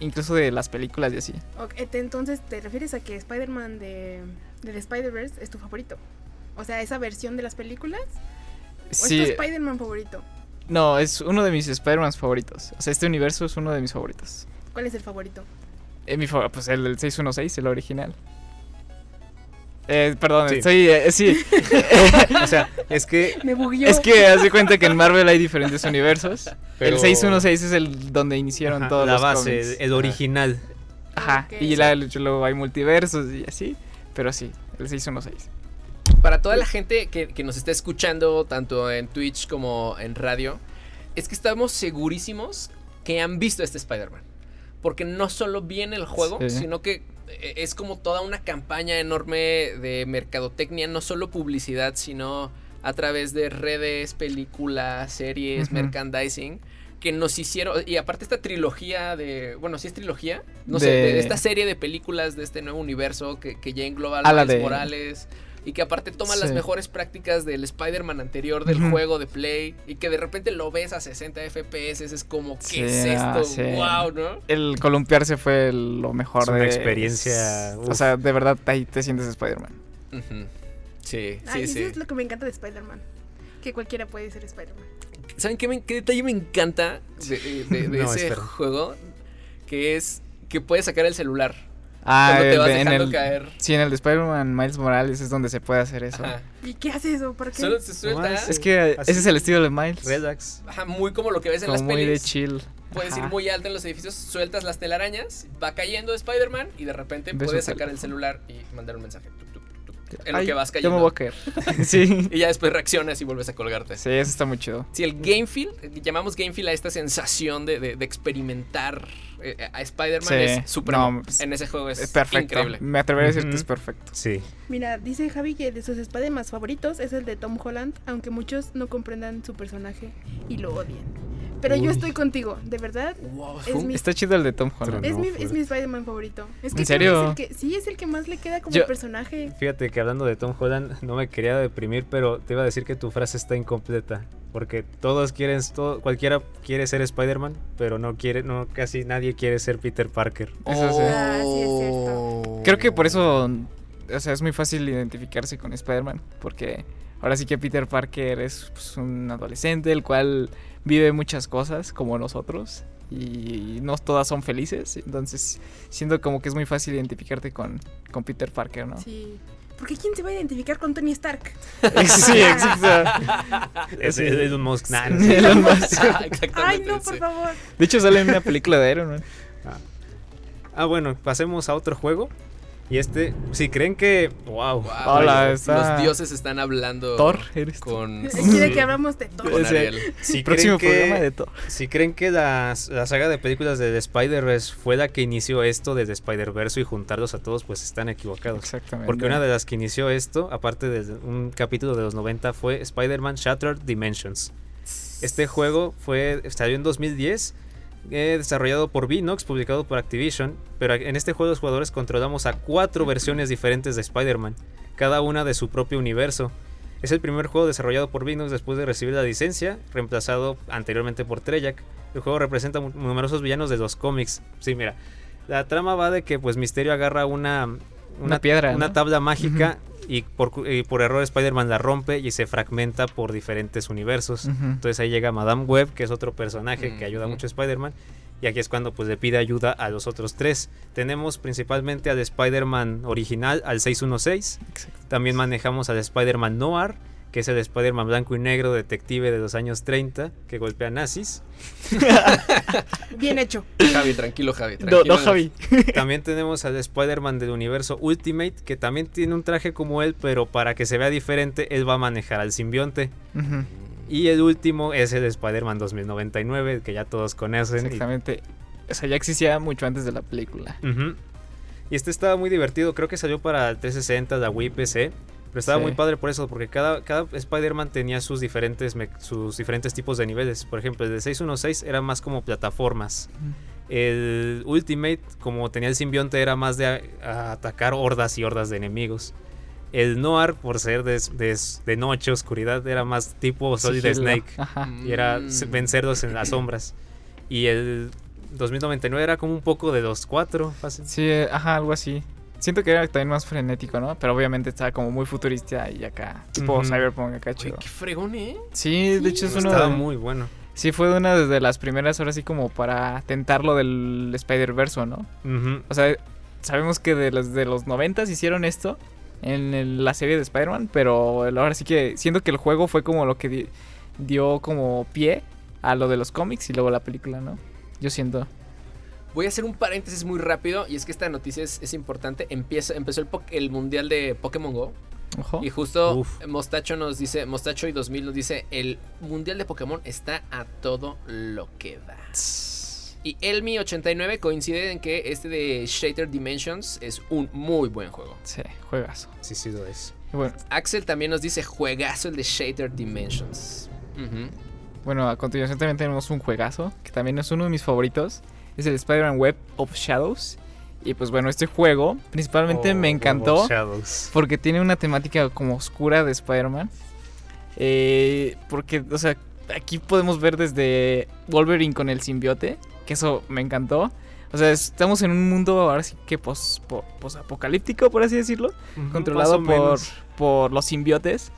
[SPEAKER 2] incluso de las películas y así.
[SPEAKER 3] Ok, te- entonces, ¿te refieres a que Spider-Man de, del Spider-Verse es tu favorito? O sea, esa versión de las películas. ¿O es tu Spider-Man favorito?
[SPEAKER 2] No, es uno de mis Spider-Man favoritos. O sea, este universo es uno de mis favoritos.
[SPEAKER 3] ¿Cuál es el favorito?
[SPEAKER 2] Eh, mi favor- pues el del 616, el original. Eh, perdón,
[SPEAKER 4] Sí.
[SPEAKER 2] estoy. eh, sí,
[SPEAKER 4] O sea, es que
[SPEAKER 3] Me bugueó.
[SPEAKER 2] es que haz de cuenta que en Marvel hay diferentes universos.
[SPEAKER 4] Pero-
[SPEAKER 2] El 616 es el donde iniciaron
[SPEAKER 4] ajá,
[SPEAKER 2] todos
[SPEAKER 4] la
[SPEAKER 2] los
[SPEAKER 4] base,
[SPEAKER 2] cómics.
[SPEAKER 4] el original.
[SPEAKER 2] Ajá,
[SPEAKER 3] Ok.
[SPEAKER 2] y la- luego hay multiversos y así. Pero sí, el 616.
[SPEAKER 1] Para toda la gente que, que nos está escuchando, tanto en Twitch como en radio, es que estamos segurísimos que han visto este Spider-Man. Porque no solo viene el juego,
[SPEAKER 2] Sí.
[SPEAKER 1] sino que eh, es como toda una campaña enorme de mercadotecnia, no solo publicidad, sino a través de redes, películas, series,
[SPEAKER 2] Ujú.
[SPEAKER 1] merchandising, que nos hicieron, y aparte esta trilogía de, bueno, si es trilogía, no sé,
[SPEAKER 2] De-
[SPEAKER 1] de esta serie de películas de este nuevo universo que, que ya engloba
[SPEAKER 2] Ah, la
[SPEAKER 1] Miles
[SPEAKER 2] de-
[SPEAKER 1] Morales, y que aparte toma las
[SPEAKER 2] Sí.
[SPEAKER 1] mejores prácticas del Spider-Man anterior del
[SPEAKER 2] Ujú.
[SPEAKER 1] juego de Play y que de repente lo ves a 60 FPS, es como, ¿qué
[SPEAKER 2] Sí,
[SPEAKER 1] es
[SPEAKER 2] ah,
[SPEAKER 1] esto?
[SPEAKER 2] sí.
[SPEAKER 1] ¡Wow! ¿No?
[SPEAKER 2] El columpiarse fue el- lo mejor
[SPEAKER 4] Es
[SPEAKER 2] de.
[SPEAKER 4] una experiencia,
[SPEAKER 2] O
[SPEAKER 4] uf.
[SPEAKER 2] sea, de verdad ahí te sientes Spider-Man.
[SPEAKER 1] Ujú. Sí, sí,
[SPEAKER 3] Ay, eso
[SPEAKER 1] sí.
[SPEAKER 3] es lo que me encanta de Spider-Man. Que cualquiera puede ser Spider-Man.
[SPEAKER 1] ¿Saben qué, me- qué detalle me encanta de, eh, de- de
[SPEAKER 4] No,
[SPEAKER 1] ese
[SPEAKER 4] espera.
[SPEAKER 1] juego? Que es que puedes sacar el celular.
[SPEAKER 2] Ah,
[SPEAKER 1] Cuando te
[SPEAKER 2] el
[SPEAKER 1] vas
[SPEAKER 2] de- en
[SPEAKER 1] dejando
[SPEAKER 2] el,
[SPEAKER 1] caer.
[SPEAKER 2] Sí, en el de Spider-Man Miles Morales es donde se puede hacer eso.
[SPEAKER 1] Ajá.
[SPEAKER 3] ¿Y qué hace eso? ¿Para qué?
[SPEAKER 1] Solo se suelta.
[SPEAKER 4] Nomás.
[SPEAKER 2] Es que
[SPEAKER 4] Así.
[SPEAKER 2] ese es el estilo de Miles.
[SPEAKER 4] Relax.
[SPEAKER 1] ajá, muy como lo que ves en
[SPEAKER 2] Como
[SPEAKER 1] las
[SPEAKER 2] muy de
[SPEAKER 1] pelis.
[SPEAKER 2] chill.
[SPEAKER 1] Puedes ir
[SPEAKER 2] Ajá.
[SPEAKER 1] muy alto en los edificios, sueltas las telarañas, va cayendo Spider-Man y de repente
[SPEAKER 2] Ves un
[SPEAKER 1] puedes sacar el
[SPEAKER 2] teléfono.
[SPEAKER 1] celular y mandar un mensaje. tuc, tuc, tuc, tuc, en
[SPEAKER 2] Ay,
[SPEAKER 1] lo que vas
[SPEAKER 2] Yo
[SPEAKER 1] cayendo.
[SPEAKER 2] me voy a caer. sí.
[SPEAKER 1] Y ya después reaccionas y vuelves a colgarte.
[SPEAKER 2] Sí, eso está muy chido.
[SPEAKER 1] Si el game feel, eh, llamamos game feel a esta sensación de, de- de experimentar eh, a Spider-Man,
[SPEAKER 2] Sí.
[SPEAKER 1] es súper.
[SPEAKER 2] No, pues,
[SPEAKER 1] en ese juego es,
[SPEAKER 2] Es perfecto.
[SPEAKER 1] increíble.
[SPEAKER 2] Me atrevería a decir que
[SPEAKER 4] Ujú.
[SPEAKER 2] es perfecto.
[SPEAKER 4] Sí.
[SPEAKER 3] Mira, dice Javi que de sus Spider-Man favoritos es el de Tom Holland, aunque muchos no comprendan su personaje y lo odien. Pero yo
[SPEAKER 4] Uy.
[SPEAKER 3] estoy contigo, de verdad.
[SPEAKER 2] Mm.
[SPEAKER 1] Wow,
[SPEAKER 3] Es mi-
[SPEAKER 2] Está chido el de Tom Holland.
[SPEAKER 3] Es,
[SPEAKER 4] no,
[SPEAKER 3] mi,
[SPEAKER 4] fuera.
[SPEAKER 3] es mi Spider-Man favorito. Es que
[SPEAKER 2] ¿En
[SPEAKER 3] creo que
[SPEAKER 2] serio?
[SPEAKER 3] es el que- sí, es el que más le queda como
[SPEAKER 2] Yo-
[SPEAKER 3] personaje.
[SPEAKER 4] Fíjate que hablando de Tom Holland, no me quería deprimir, pero te iba a decir que tu frase está incompleta. Porque todos quieren, todo, cualquiera quiere ser Spider-Man, pero no quiere, no, casi nadie quiere ser Peter Parker.
[SPEAKER 2] Eso sí.
[SPEAKER 6] Oh.
[SPEAKER 2] Oh.
[SPEAKER 3] Ah, sí, es cierto.
[SPEAKER 2] Creo que por eso, o sea, es muy fácil identificarse con Spider-Man, porque ahora sí que Peter Parker es pues, un adolescente, el cual vive muchas cosas como nosotros, y no todas son felices, entonces siento como que es muy fácil identificarte con, con Peter Parker, ¿no? Sí,
[SPEAKER 3] Sí. Porque ¿quién se va a identificar con Tony Stark?
[SPEAKER 2] exacto.
[SPEAKER 4] Es,
[SPEAKER 2] Ah, Sí.
[SPEAKER 4] es Elon Musk. nah, no sé.
[SPEAKER 2] Elon Musk.
[SPEAKER 1] Ah, exactamente.
[SPEAKER 3] Ay, no, por
[SPEAKER 1] sí.
[SPEAKER 3] favor.
[SPEAKER 2] De hecho, sale en una película de Iron Man.
[SPEAKER 4] Ah, bueno, pasemos a otro juego. Y este, si creen que. ¡Wow!
[SPEAKER 1] Wow,
[SPEAKER 2] Hola,
[SPEAKER 1] los,
[SPEAKER 2] está-
[SPEAKER 1] los dioses están hablando
[SPEAKER 2] Thor, eres tú.
[SPEAKER 1] con,
[SPEAKER 3] Quiere que hablamos de todo.
[SPEAKER 1] con
[SPEAKER 2] Ese-
[SPEAKER 1] Ariel.
[SPEAKER 4] Si
[SPEAKER 2] Próximo
[SPEAKER 4] creen que,
[SPEAKER 2] programa de Thor.
[SPEAKER 4] Si creen que las- la saga de películas de The Spider-Verse fue la que inició esto desde Spider-Verse y juntarlos a todos, pues están equivocados.
[SPEAKER 2] Exactamente.
[SPEAKER 4] Porque una de las que inició esto, aparte de un capítulo de los 90, fue Spider-Man Shattered Dimensions. Este juego fue, salió en 2010, eh, desarrollado por Vinox, publicado por Activision, pero en este juego los jugadores controlamos a cuatro versiones diferentes de Spider-Man, cada una de su propio universo. Es el primer juego desarrollado por Vinox después de recibir la licencia, reemplazado anteriormente por Treyarch. El juego representa mu- numerosos villanos de los cómics. Sí, mira, la trama va de que pues Misterio agarra una,
[SPEAKER 2] Una piedra,
[SPEAKER 4] una
[SPEAKER 2] ¿no?
[SPEAKER 4] tabla mágica y por, cu- y por error Spider-Man la rompe y se fragmenta por diferentes universos.
[SPEAKER 2] Ujú.
[SPEAKER 4] Entonces ahí llega Madame Web, que es otro personaje que ayuda
[SPEAKER 1] Ujú.
[SPEAKER 4] mucho a Spider-Man. Y aquí es cuando pues le pide ayuda a los otros tres. Tenemos principalmente al Spider-Man original, al 616.
[SPEAKER 2] Exacto.
[SPEAKER 4] También manejamos al Spider-Man Noir, que es el Spider-Man blanco y negro detective de los años 30, que golpea nazis.
[SPEAKER 3] Bien hecho.
[SPEAKER 1] Javi, tranquilo, Javi.
[SPEAKER 2] No,
[SPEAKER 1] Tranquilo.
[SPEAKER 2] no, Javi.
[SPEAKER 4] También tenemos al Spider-Man del universo Ultimate, que también tiene un traje como él, pero para que se vea diferente, él va a manejar al simbionte.
[SPEAKER 2] Ujú.
[SPEAKER 4] Y el último es el Spider-Man 2099, el que ya todos conocen y
[SPEAKER 2] Exactamente. O sea, ya existía mucho antes de la película.
[SPEAKER 4] Ujú. Y este estaba muy divertido, creo que salió para el 360, la Wii PC. Pero estaba
[SPEAKER 2] Sí.
[SPEAKER 4] muy padre por eso, porque cada, cada Spider-Man tenía sus diferentes, me- sus diferentes tipos de niveles. Por ejemplo, el de 616 era más como plataformas. El Ultimate, como tenía el simbionte, era más de a- a atacar hordas y hordas de enemigos. El Noir, por ser de, de- de noche, oscuridad, era más tipo Solid
[SPEAKER 2] Sigilo.
[SPEAKER 4] Snake
[SPEAKER 2] Ajá.
[SPEAKER 4] y era
[SPEAKER 1] Mm.
[SPEAKER 4] se- vencerlos en las sombras. Y el 2099 era como un poco de los cuatro, fácil.
[SPEAKER 2] Sí, eh, ajá, algo así. Siento que era también más frenético, ¿no? Pero obviamente estaba como muy futurista y acá, tipo
[SPEAKER 4] Ujú.
[SPEAKER 2] Cyberpunk acá
[SPEAKER 1] Oye,
[SPEAKER 2] chido.
[SPEAKER 1] qué fregón, ¿eh?
[SPEAKER 2] Sí, de hecho Este es uno
[SPEAKER 4] Estaba
[SPEAKER 2] de-
[SPEAKER 4] muy bueno.
[SPEAKER 2] Sí, fue de una de las primeras ahora sí como para tentar lo del Spider-Verse, ¿no?
[SPEAKER 4] Ujú.
[SPEAKER 2] O sea, sabemos que de los de los 90 hicieron esto en el- la serie de Spider-Man, pero el- ahora sí que siento que el juego fue como lo que di- dio como pie a lo de los cómics y luego la película, ¿no? Yo siento.
[SPEAKER 1] Voy a hacer un paréntesis muy rápido y es que esta noticia es, es importante. Empieza, empezó el, po- el mundial de Pokémon Go
[SPEAKER 2] Ojo.
[SPEAKER 1] y justo
[SPEAKER 4] Uf.
[SPEAKER 1] Mostacho nos dice, Mostacho y 2000 nos dice, el mundial de Pokémon está a todo lo que da. Y Elmi89 coincide en que este de Shader Dimensions es un muy buen juego.
[SPEAKER 2] Sí, juegazo.
[SPEAKER 4] Sí, sí lo es.
[SPEAKER 2] Y Bueno,
[SPEAKER 1] Axel también nos dice juegazo el de Shader Dimensions. Ujú.
[SPEAKER 2] Bueno, a continuación también tenemos un juegazo que también es uno de mis favoritos. Es el Spider-Man Web of Shadows. Y pues bueno, este juego principalmente
[SPEAKER 4] Oh,
[SPEAKER 2] me
[SPEAKER 4] Web
[SPEAKER 2] encantó
[SPEAKER 4] of Shadows.
[SPEAKER 2] porque tiene una temática como oscura de Spider-Man. Eh, porque, o sea, aquí podemos ver desde Wolverine con el simbiote, que eso me encantó. O sea, estamos en un mundo ahora sí que pos, po- posapocalíptico, por así decirlo
[SPEAKER 4] Ujú,
[SPEAKER 2] controlado
[SPEAKER 4] más o
[SPEAKER 2] por,
[SPEAKER 4] menos.
[SPEAKER 2] por los simbiotes.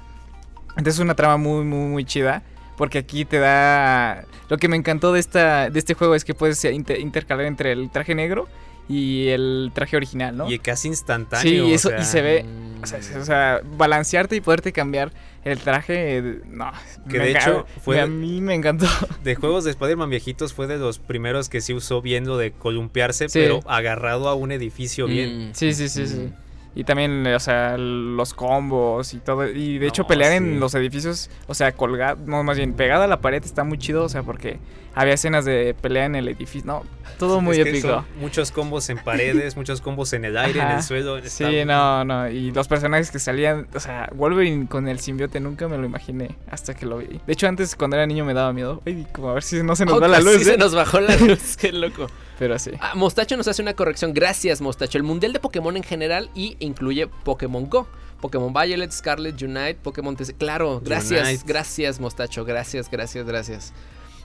[SPEAKER 2] Entonces es una trama muy, muy, muy chida. Porque aquí te da. Lo que me encantó de, esta, de este juego es que puedes eh, inter- intercalar entre el traje negro y el traje original, ¿no?
[SPEAKER 4] Y casi
[SPEAKER 2] sí,
[SPEAKER 4] instantáneo.
[SPEAKER 2] y
[SPEAKER 4] o
[SPEAKER 2] eso,
[SPEAKER 4] sea,
[SPEAKER 2] y se ve.
[SPEAKER 1] Mm.
[SPEAKER 2] O sea, o sea, balancearte y poderte cambiar el traje. eh, No,
[SPEAKER 4] Que
[SPEAKER 2] me
[SPEAKER 4] de
[SPEAKER 2] enca-
[SPEAKER 4] hecho fue-
[SPEAKER 2] A mí me encantó.
[SPEAKER 4] De juegos de Spider-Man viejitos fue de los primeros que sí usó bien lo de columpiarse,
[SPEAKER 2] Sí.
[SPEAKER 4] pero agarrado a un edificio bien.
[SPEAKER 1] Mm.
[SPEAKER 2] Sí, sí, sí, sí. Y también, eh, o sea, los combos y todo. Y de hecho,
[SPEAKER 4] No,
[SPEAKER 2] pelear
[SPEAKER 4] sí.
[SPEAKER 2] en los edificios, o sea, colgada, no, más bien pegada a la pared está muy chido, o sea, porque había escenas de pelea en el edificio. No, todo muy
[SPEAKER 4] Es que
[SPEAKER 2] épico.
[SPEAKER 4] son muchos combos en paredes, muchos combos en el aire, en
[SPEAKER 2] Ajá.
[SPEAKER 4] el suelo. está
[SPEAKER 2] Sí,
[SPEAKER 4] muy-
[SPEAKER 2] no, no. Y los personajes que salían, o sea, Wolverine con el simbiote nunca me lo imaginé hasta que lo vi. De hecho, antes cuando era niño me daba miedo. Ay, como a ver si no se nos
[SPEAKER 1] Oh,
[SPEAKER 2] va la
[SPEAKER 1] casi
[SPEAKER 2] luz.
[SPEAKER 1] se
[SPEAKER 2] ¿eh?
[SPEAKER 1] nos bajó la luz, qué loco.
[SPEAKER 2] Pero sí.
[SPEAKER 1] Ah, Mostacho nos hace una corrección. Gracias, Mostacho. El mundial de Pokémon en general y incluye Pokémon Go. Pokémon Violet, Scarlet, Unite, Pokémon TC. Claro, gracias,
[SPEAKER 4] Unite.
[SPEAKER 1] gracias, Mostacho. Gracias, gracias, gracias.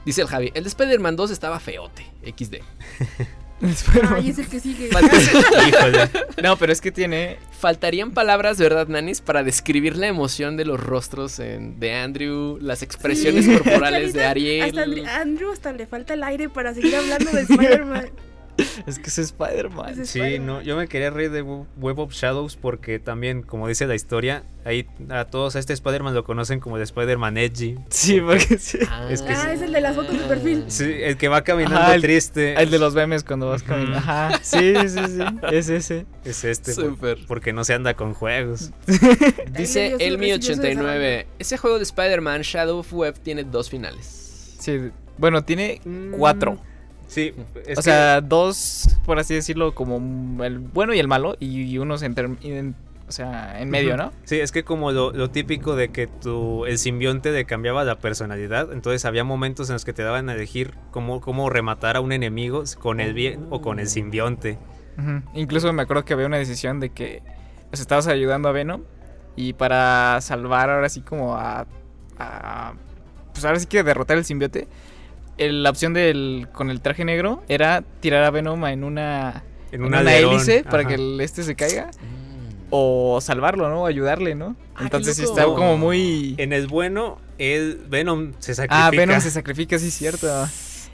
[SPEAKER 1] Dice el Javi, el de Spider-Man 2 estaba feote. XD.
[SPEAKER 2] Espero-
[SPEAKER 3] Ay, es el que sigue.
[SPEAKER 1] Falt-
[SPEAKER 4] Híjole.
[SPEAKER 2] No, pero es que tiene.
[SPEAKER 1] Faltarían palabras, ¿verdad, Nanis? Para describir la emoción de los rostros en- de Andrew, las expresiones
[SPEAKER 3] Sí.
[SPEAKER 1] corporales de
[SPEAKER 3] Ahorita Hasta Andri-
[SPEAKER 1] Ariel.
[SPEAKER 3] a Andrew hasta le falta el aire para seguir hablando de Spider-Man.
[SPEAKER 2] Es que es Spider-Man.
[SPEAKER 3] Es
[SPEAKER 4] Sí,
[SPEAKER 3] Spider-Man.
[SPEAKER 4] no, yo me quería reír de Wo- Web of Shadows porque también, como dice la historia, ahí a todos a este Spider-Man lo conocen como el Spider-Man Edgy.
[SPEAKER 2] Sí, porque sí.
[SPEAKER 4] Es que
[SPEAKER 3] Ah, es el de las fotos de perfil.
[SPEAKER 4] Sí, el que va caminando
[SPEAKER 2] Ajá, el-
[SPEAKER 4] triste
[SPEAKER 2] El de los memes cuando vas
[SPEAKER 4] Ujú.
[SPEAKER 2] caminando. Ajá. Sí, sí, sí. Es ese.
[SPEAKER 4] es este. por-
[SPEAKER 1] Súper.
[SPEAKER 4] Porque no se anda con juegos.
[SPEAKER 1] Dice
[SPEAKER 3] Ahí le dio su- recibió su
[SPEAKER 1] Elmi89. Ese juego de Spider-Man, Shadow of Web, tiene dos finales.
[SPEAKER 2] Sí. Bueno, tiene
[SPEAKER 4] Mm.
[SPEAKER 2] cuatro.
[SPEAKER 4] Sí, es
[SPEAKER 2] o sea, dos, por así decirlo, como el bueno y el malo. Y, y unos en, term- en- o sea, en medio, ¿no?
[SPEAKER 4] Sí, es que como lo, lo típico de que tu, el simbionte le cambiaba la personalidad, entonces había momentos en los que te daban a elegir cómo, cómo rematar a un enemigo con el bien o con el simbionte.
[SPEAKER 2] Ujú. Incluso me acuerdo que había una decisión de que pues, estabas ayudando a Venom y para salvar ahora sí como a, a- pues ahora sí que derrotar el simbiote, el- la opción del con el traje negro era tirar a Venom en una
[SPEAKER 4] En,
[SPEAKER 2] en
[SPEAKER 4] un
[SPEAKER 2] una
[SPEAKER 4] alerón,
[SPEAKER 2] hélice para
[SPEAKER 4] ajá.
[SPEAKER 2] que el este se caiga Mm. o salvarlo, ¿no? ayudarle, ¿no?
[SPEAKER 1] Ah, qué
[SPEAKER 2] Entonces sí
[SPEAKER 1] loco.
[SPEAKER 2] está como muy
[SPEAKER 4] En el bueno, el Venom se sacrifica.
[SPEAKER 2] Ah, Venom se sacrifica, sí cierto.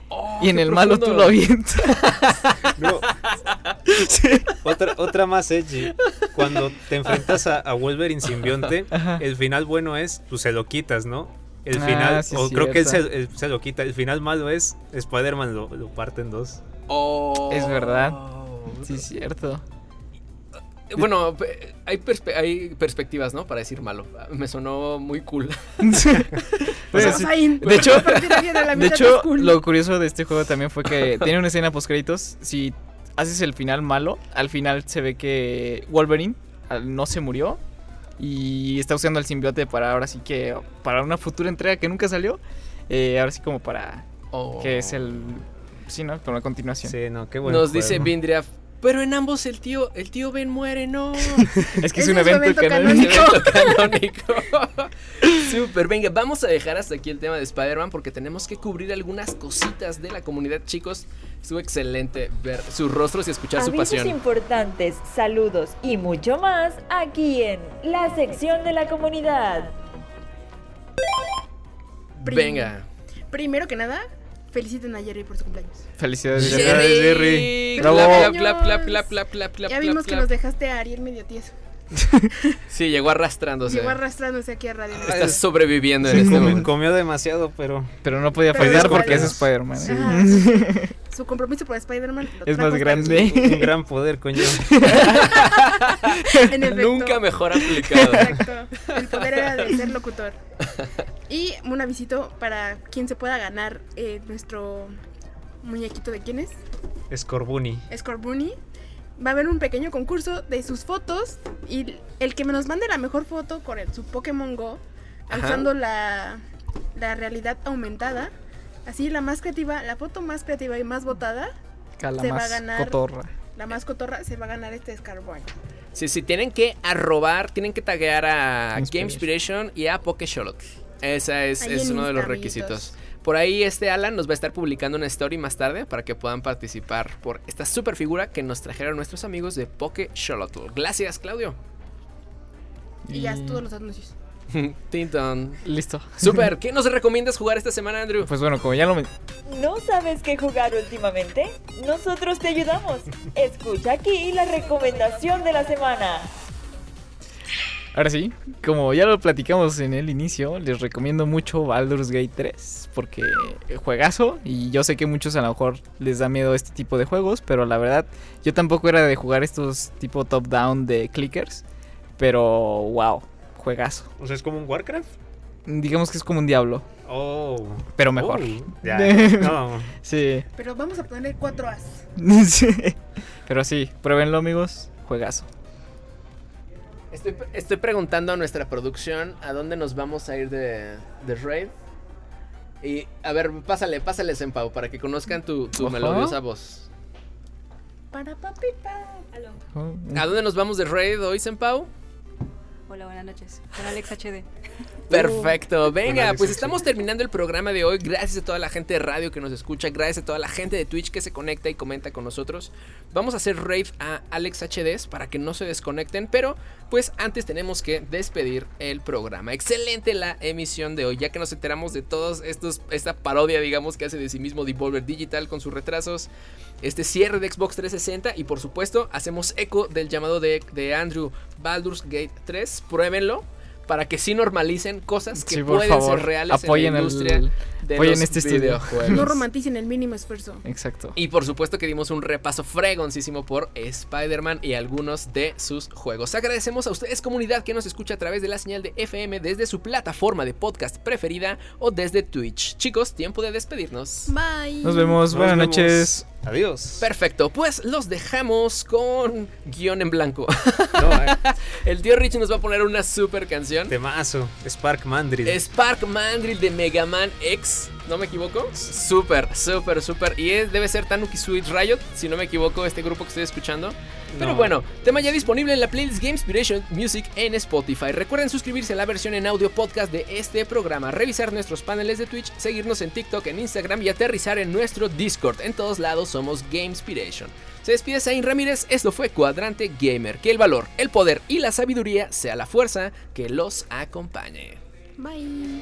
[SPEAKER 1] Oh,
[SPEAKER 2] y en
[SPEAKER 1] qué
[SPEAKER 2] el malo tú
[SPEAKER 1] profundo.
[SPEAKER 2] lo avientas.
[SPEAKER 4] No. Otra, otra más edgy. Cuando te enfrentas a, a Wolverine simbionte, el final bueno es, tú se lo quitas, ¿no? El
[SPEAKER 2] Ah,
[SPEAKER 4] final,
[SPEAKER 2] sí,
[SPEAKER 4] o creo que él se,
[SPEAKER 2] cierto.
[SPEAKER 4] él se lo quita. El final malo es, Spider-Man lo, lo parte en dos.
[SPEAKER 1] Oh.
[SPEAKER 2] Es verdad. Sí cierto.
[SPEAKER 1] Bueno, pe- hay, perspe- hay perspectivas, ¿no? Para decir malo. Ah, Me sonó muy cool.
[SPEAKER 2] Pues,
[SPEAKER 3] Vamos
[SPEAKER 2] sí.
[SPEAKER 3] ahí.
[SPEAKER 2] de hecho-
[SPEAKER 3] A partir de la
[SPEAKER 2] De
[SPEAKER 3] mitad
[SPEAKER 2] hecho,
[SPEAKER 3] es cool.
[SPEAKER 2] lo curioso de este juego también fue que tiene una escena post créditos. Si haces el final malo, al final se ve que Wolverine al- no se murió y está usando el simbiote para ahora sí que para una futura entrega que nunca salió. eh, ahora sí como para
[SPEAKER 1] Oh.
[SPEAKER 2] que es el sí, ¿no? Con la continuación.
[SPEAKER 4] Sí, no, qué bueno.
[SPEAKER 1] Nos dice Vindria. Pero en ambos el tío, el tío Ben muere, no.
[SPEAKER 2] Es que es
[SPEAKER 3] Ese
[SPEAKER 2] un
[SPEAKER 3] es un
[SPEAKER 2] evento,
[SPEAKER 3] evento
[SPEAKER 2] que no-
[SPEAKER 3] canónico.
[SPEAKER 1] Evento canónico. Super, venga, vamos a dejar hasta aquí el tema de Spider-Man porque tenemos que cubrir algunas cositas de la comunidad, chicos. Estuvo excelente ver sus rostros y escuchar su
[SPEAKER 5] Avisos
[SPEAKER 1] pasión.
[SPEAKER 5] importantes, saludos y mucho más aquí en la sección de la comunidad.
[SPEAKER 3] Prim-
[SPEAKER 1] Venga.
[SPEAKER 3] Primero que nada, feliciten a Jerry por su cumpleaños.
[SPEAKER 2] Felicidades.
[SPEAKER 4] Jerry.
[SPEAKER 2] Jerry.
[SPEAKER 1] Jerry.
[SPEAKER 3] Bravo.
[SPEAKER 1] Clap, clap, clap, clap, clap, clap, clap,
[SPEAKER 3] ya
[SPEAKER 1] clap,
[SPEAKER 3] vimos que
[SPEAKER 1] clap.
[SPEAKER 3] nos dejaste a Ariel medio tieso.
[SPEAKER 1] Sí, llegó arrastrándose.
[SPEAKER 3] Llegó arrastrándose aquí a Radio.
[SPEAKER 2] Ah,
[SPEAKER 3] Neta.
[SPEAKER 1] Estás sobreviviendo en
[SPEAKER 4] Sí,
[SPEAKER 1] este
[SPEAKER 4] comi-
[SPEAKER 1] momento.
[SPEAKER 4] comió demasiado, pero
[SPEAKER 2] Pero no podía
[SPEAKER 3] Pero
[SPEAKER 2] fallar
[SPEAKER 3] es
[SPEAKER 2] porque es
[SPEAKER 3] Spider-Man.
[SPEAKER 2] Spider-Man. ¿eh?
[SPEAKER 3] Ajá, sí. Su compromiso por Spider-Man lo
[SPEAKER 2] Es
[SPEAKER 3] trajo
[SPEAKER 2] más
[SPEAKER 3] hasta
[SPEAKER 2] grande.
[SPEAKER 4] un gran poder con
[SPEAKER 3] aquí. En efecto.
[SPEAKER 1] Nunca mejor aplicado.
[SPEAKER 3] Exacto. El poder era de ser locutor. Y un avisito para quien se pueda ganar eh, nuestro muñequito de quién es,
[SPEAKER 4] Scorbunny.
[SPEAKER 3] Scorbunny. Va a haber un pequeño concurso de sus fotos y el que nos mande la mejor foto con el- su Pokémon Go,
[SPEAKER 1] Ajá.
[SPEAKER 3] usando la, la realidad aumentada, así la más creativa, la foto más creativa y más votada,
[SPEAKER 2] Calamaz,
[SPEAKER 3] ganar.
[SPEAKER 2] cotorra.
[SPEAKER 3] la más cotorra, se va a ganar este Scorbunny.
[SPEAKER 1] Sí, sí, tienen que arrobar, tienen que taguear a Game Inspiration y a Pokesholot. Esa es,
[SPEAKER 3] Ahí
[SPEAKER 1] es
[SPEAKER 3] en
[SPEAKER 1] uno de los
[SPEAKER 3] Insta,
[SPEAKER 1] requisitos. Por ahí este Alan nos va a estar publicando una story más tarde para que puedan participar por esta super figura que nos trajeron nuestros amigos de Pokesholot. Gracias, Claudio.
[SPEAKER 3] Y ya todos los anuncios.
[SPEAKER 1] Tinton.
[SPEAKER 2] Listo.
[SPEAKER 1] Super, ¿qué nos recomiendas jugar esta semana, Andrew?
[SPEAKER 2] Pues bueno, como ya lo men-
[SPEAKER 5] ¿No sabes qué jugar últimamente? Nosotros te ayudamos. Escucha aquí la recomendación de la semana.
[SPEAKER 2] Ahora sí, como ya lo platicamos en el inicio, les recomiendo mucho Baldur's Gate 3 porque juegazo y yo sé que muchos a lo mejor les da miedo este tipo de juegos, pero la verdad yo tampoco era de jugar estos tipo top down de clickers, pero wow, juegazo.
[SPEAKER 4] O sea, es como un Warcraft.
[SPEAKER 2] Digamos que es como un diablo,
[SPEAKER 4] Oh.
[SPEAKER 2] pero mejor. Pues
[SPEAKER 4] Oh, ya. No.
[SPEAKER 2] Sí.
[SPEAKER 3] Pero vamos a poner cuatro as.
[SPEAKER 2] Sí. Pero sí, pruébenlo amigos, juegazo.
[SPEAKER 1] Estoy, estoy preguntando a nuestra producción a dónde nos vamos a ir de, de raid. Y a ver, pásale, pásale, Senpau, para que conozcan tu, tu
[SPEAKER 2] Ojo.
[SPEAKER 1] melodiosa voz.
[SPEAKER 3] Para papita.
[SPEAKER 7] Aló.
[SPEAKER 1] ¿A dónde nos vamos de raid hoy, Senpau?
[SPEAKER 7] Hola, buenas noches. Con Alex HD.
[SPEAKER 1] Perfecto, venga,
[SPEAKER 4] Alex
[SPEAKER 1] pues
[SPEAKER 4] Ochoa.
[SPEAKER 1] estamos terminando el programa de hoy. Gracias a toda la gente de radio que nos escucha, gracias a toda la gente de Twitch que se conecta y comenta con nosotros. Vamos a hacer rave a Alex HDs para que no se desconecten, pero pues antes tenemos que despedir el programa. Excelente la emisión de hoy, ya que nos enteramos de todos estos esta parodia, digamos, que hace de sí mismo Devolver Digital con sus retrasos, este cierre de Xbox 360 y por supuesto hacemos eco del llamado de, de Andrew Baldur's Gate 3. Pruébenlo para que sí normalicen cosas que
[SPEAKER 2] Sí, por
[SPEAKER 1] pueden
[SPEAKER 2] favor,
[SPEAKER 1] ser reales
[SPEAKER 2] apoyen
[SPEAKER 1] en la
[SPEAKER 2] al-
[SPEAKER 1] industria de
[SPEAKER 2] apoyen
[SPEAKER 1] los
[SPEAKER 2] este estudio.
[SPEAKER 1] videojuegos.
[SPEAKER 3] No romanticen el mínimo esfuerzo.
[SPEAKER 2] Exacto.
[SPEAKER 1] Y por supuesto que dimos un repaso fregoncísimo por Spider-Man y algunos de sus juegos. Agradecemos a ustedes comunidad que nos escucha a través de la señal de FM desde su plataforma de podcast preferida o desde Twitch. Chicos, tiempo de despedirnos.
[SPEAKER 3] Bye.
[SPEAKER 2] Nos vemos,
[SPEAKER 4] Nos
[SPEAKER 2] buenas
[SPEAKER 4] vemos.
[SPEAKER 2] noches.
[SPEAKER 4] Adiós.
[SPEAKER 1] Perfecto, pues los dejamos con guión en blanco.
[SPEAKER 4] No, eh,
[SPEAKER 1] El tío Rich nos va a poner una super canción.
[SPEAKER 4] temazo. Spark Mandrill.
[SPEAKER 1] Spark Mandrill de Mega Man X, ¿no me equivoco? Súper, súper, súper. Y es- debe ser Tanuki Sweet Riot, si no me equivoco, este grupo que estoy escuchando. Pero
[SPEAKER 4] No.
[SPEAKER 1] bueno, tema ya disponible en la playlist Game Inspiration Music en Spotify. Recuerden suscribirse a la versión en audio podcast de este programa, revisar nuestros paneles de Twitch, seguirnos en TikTok, en Instagram y aterrizar en nuestro Discord. En todos lados somos Game Inspiration. Se despide Sain Ramírez, esto fue Cuadrante Gamer. Que el valor, el poder y la sabiduría sea la fuerza que los acompañe.
[SPEAKER 3] Bye.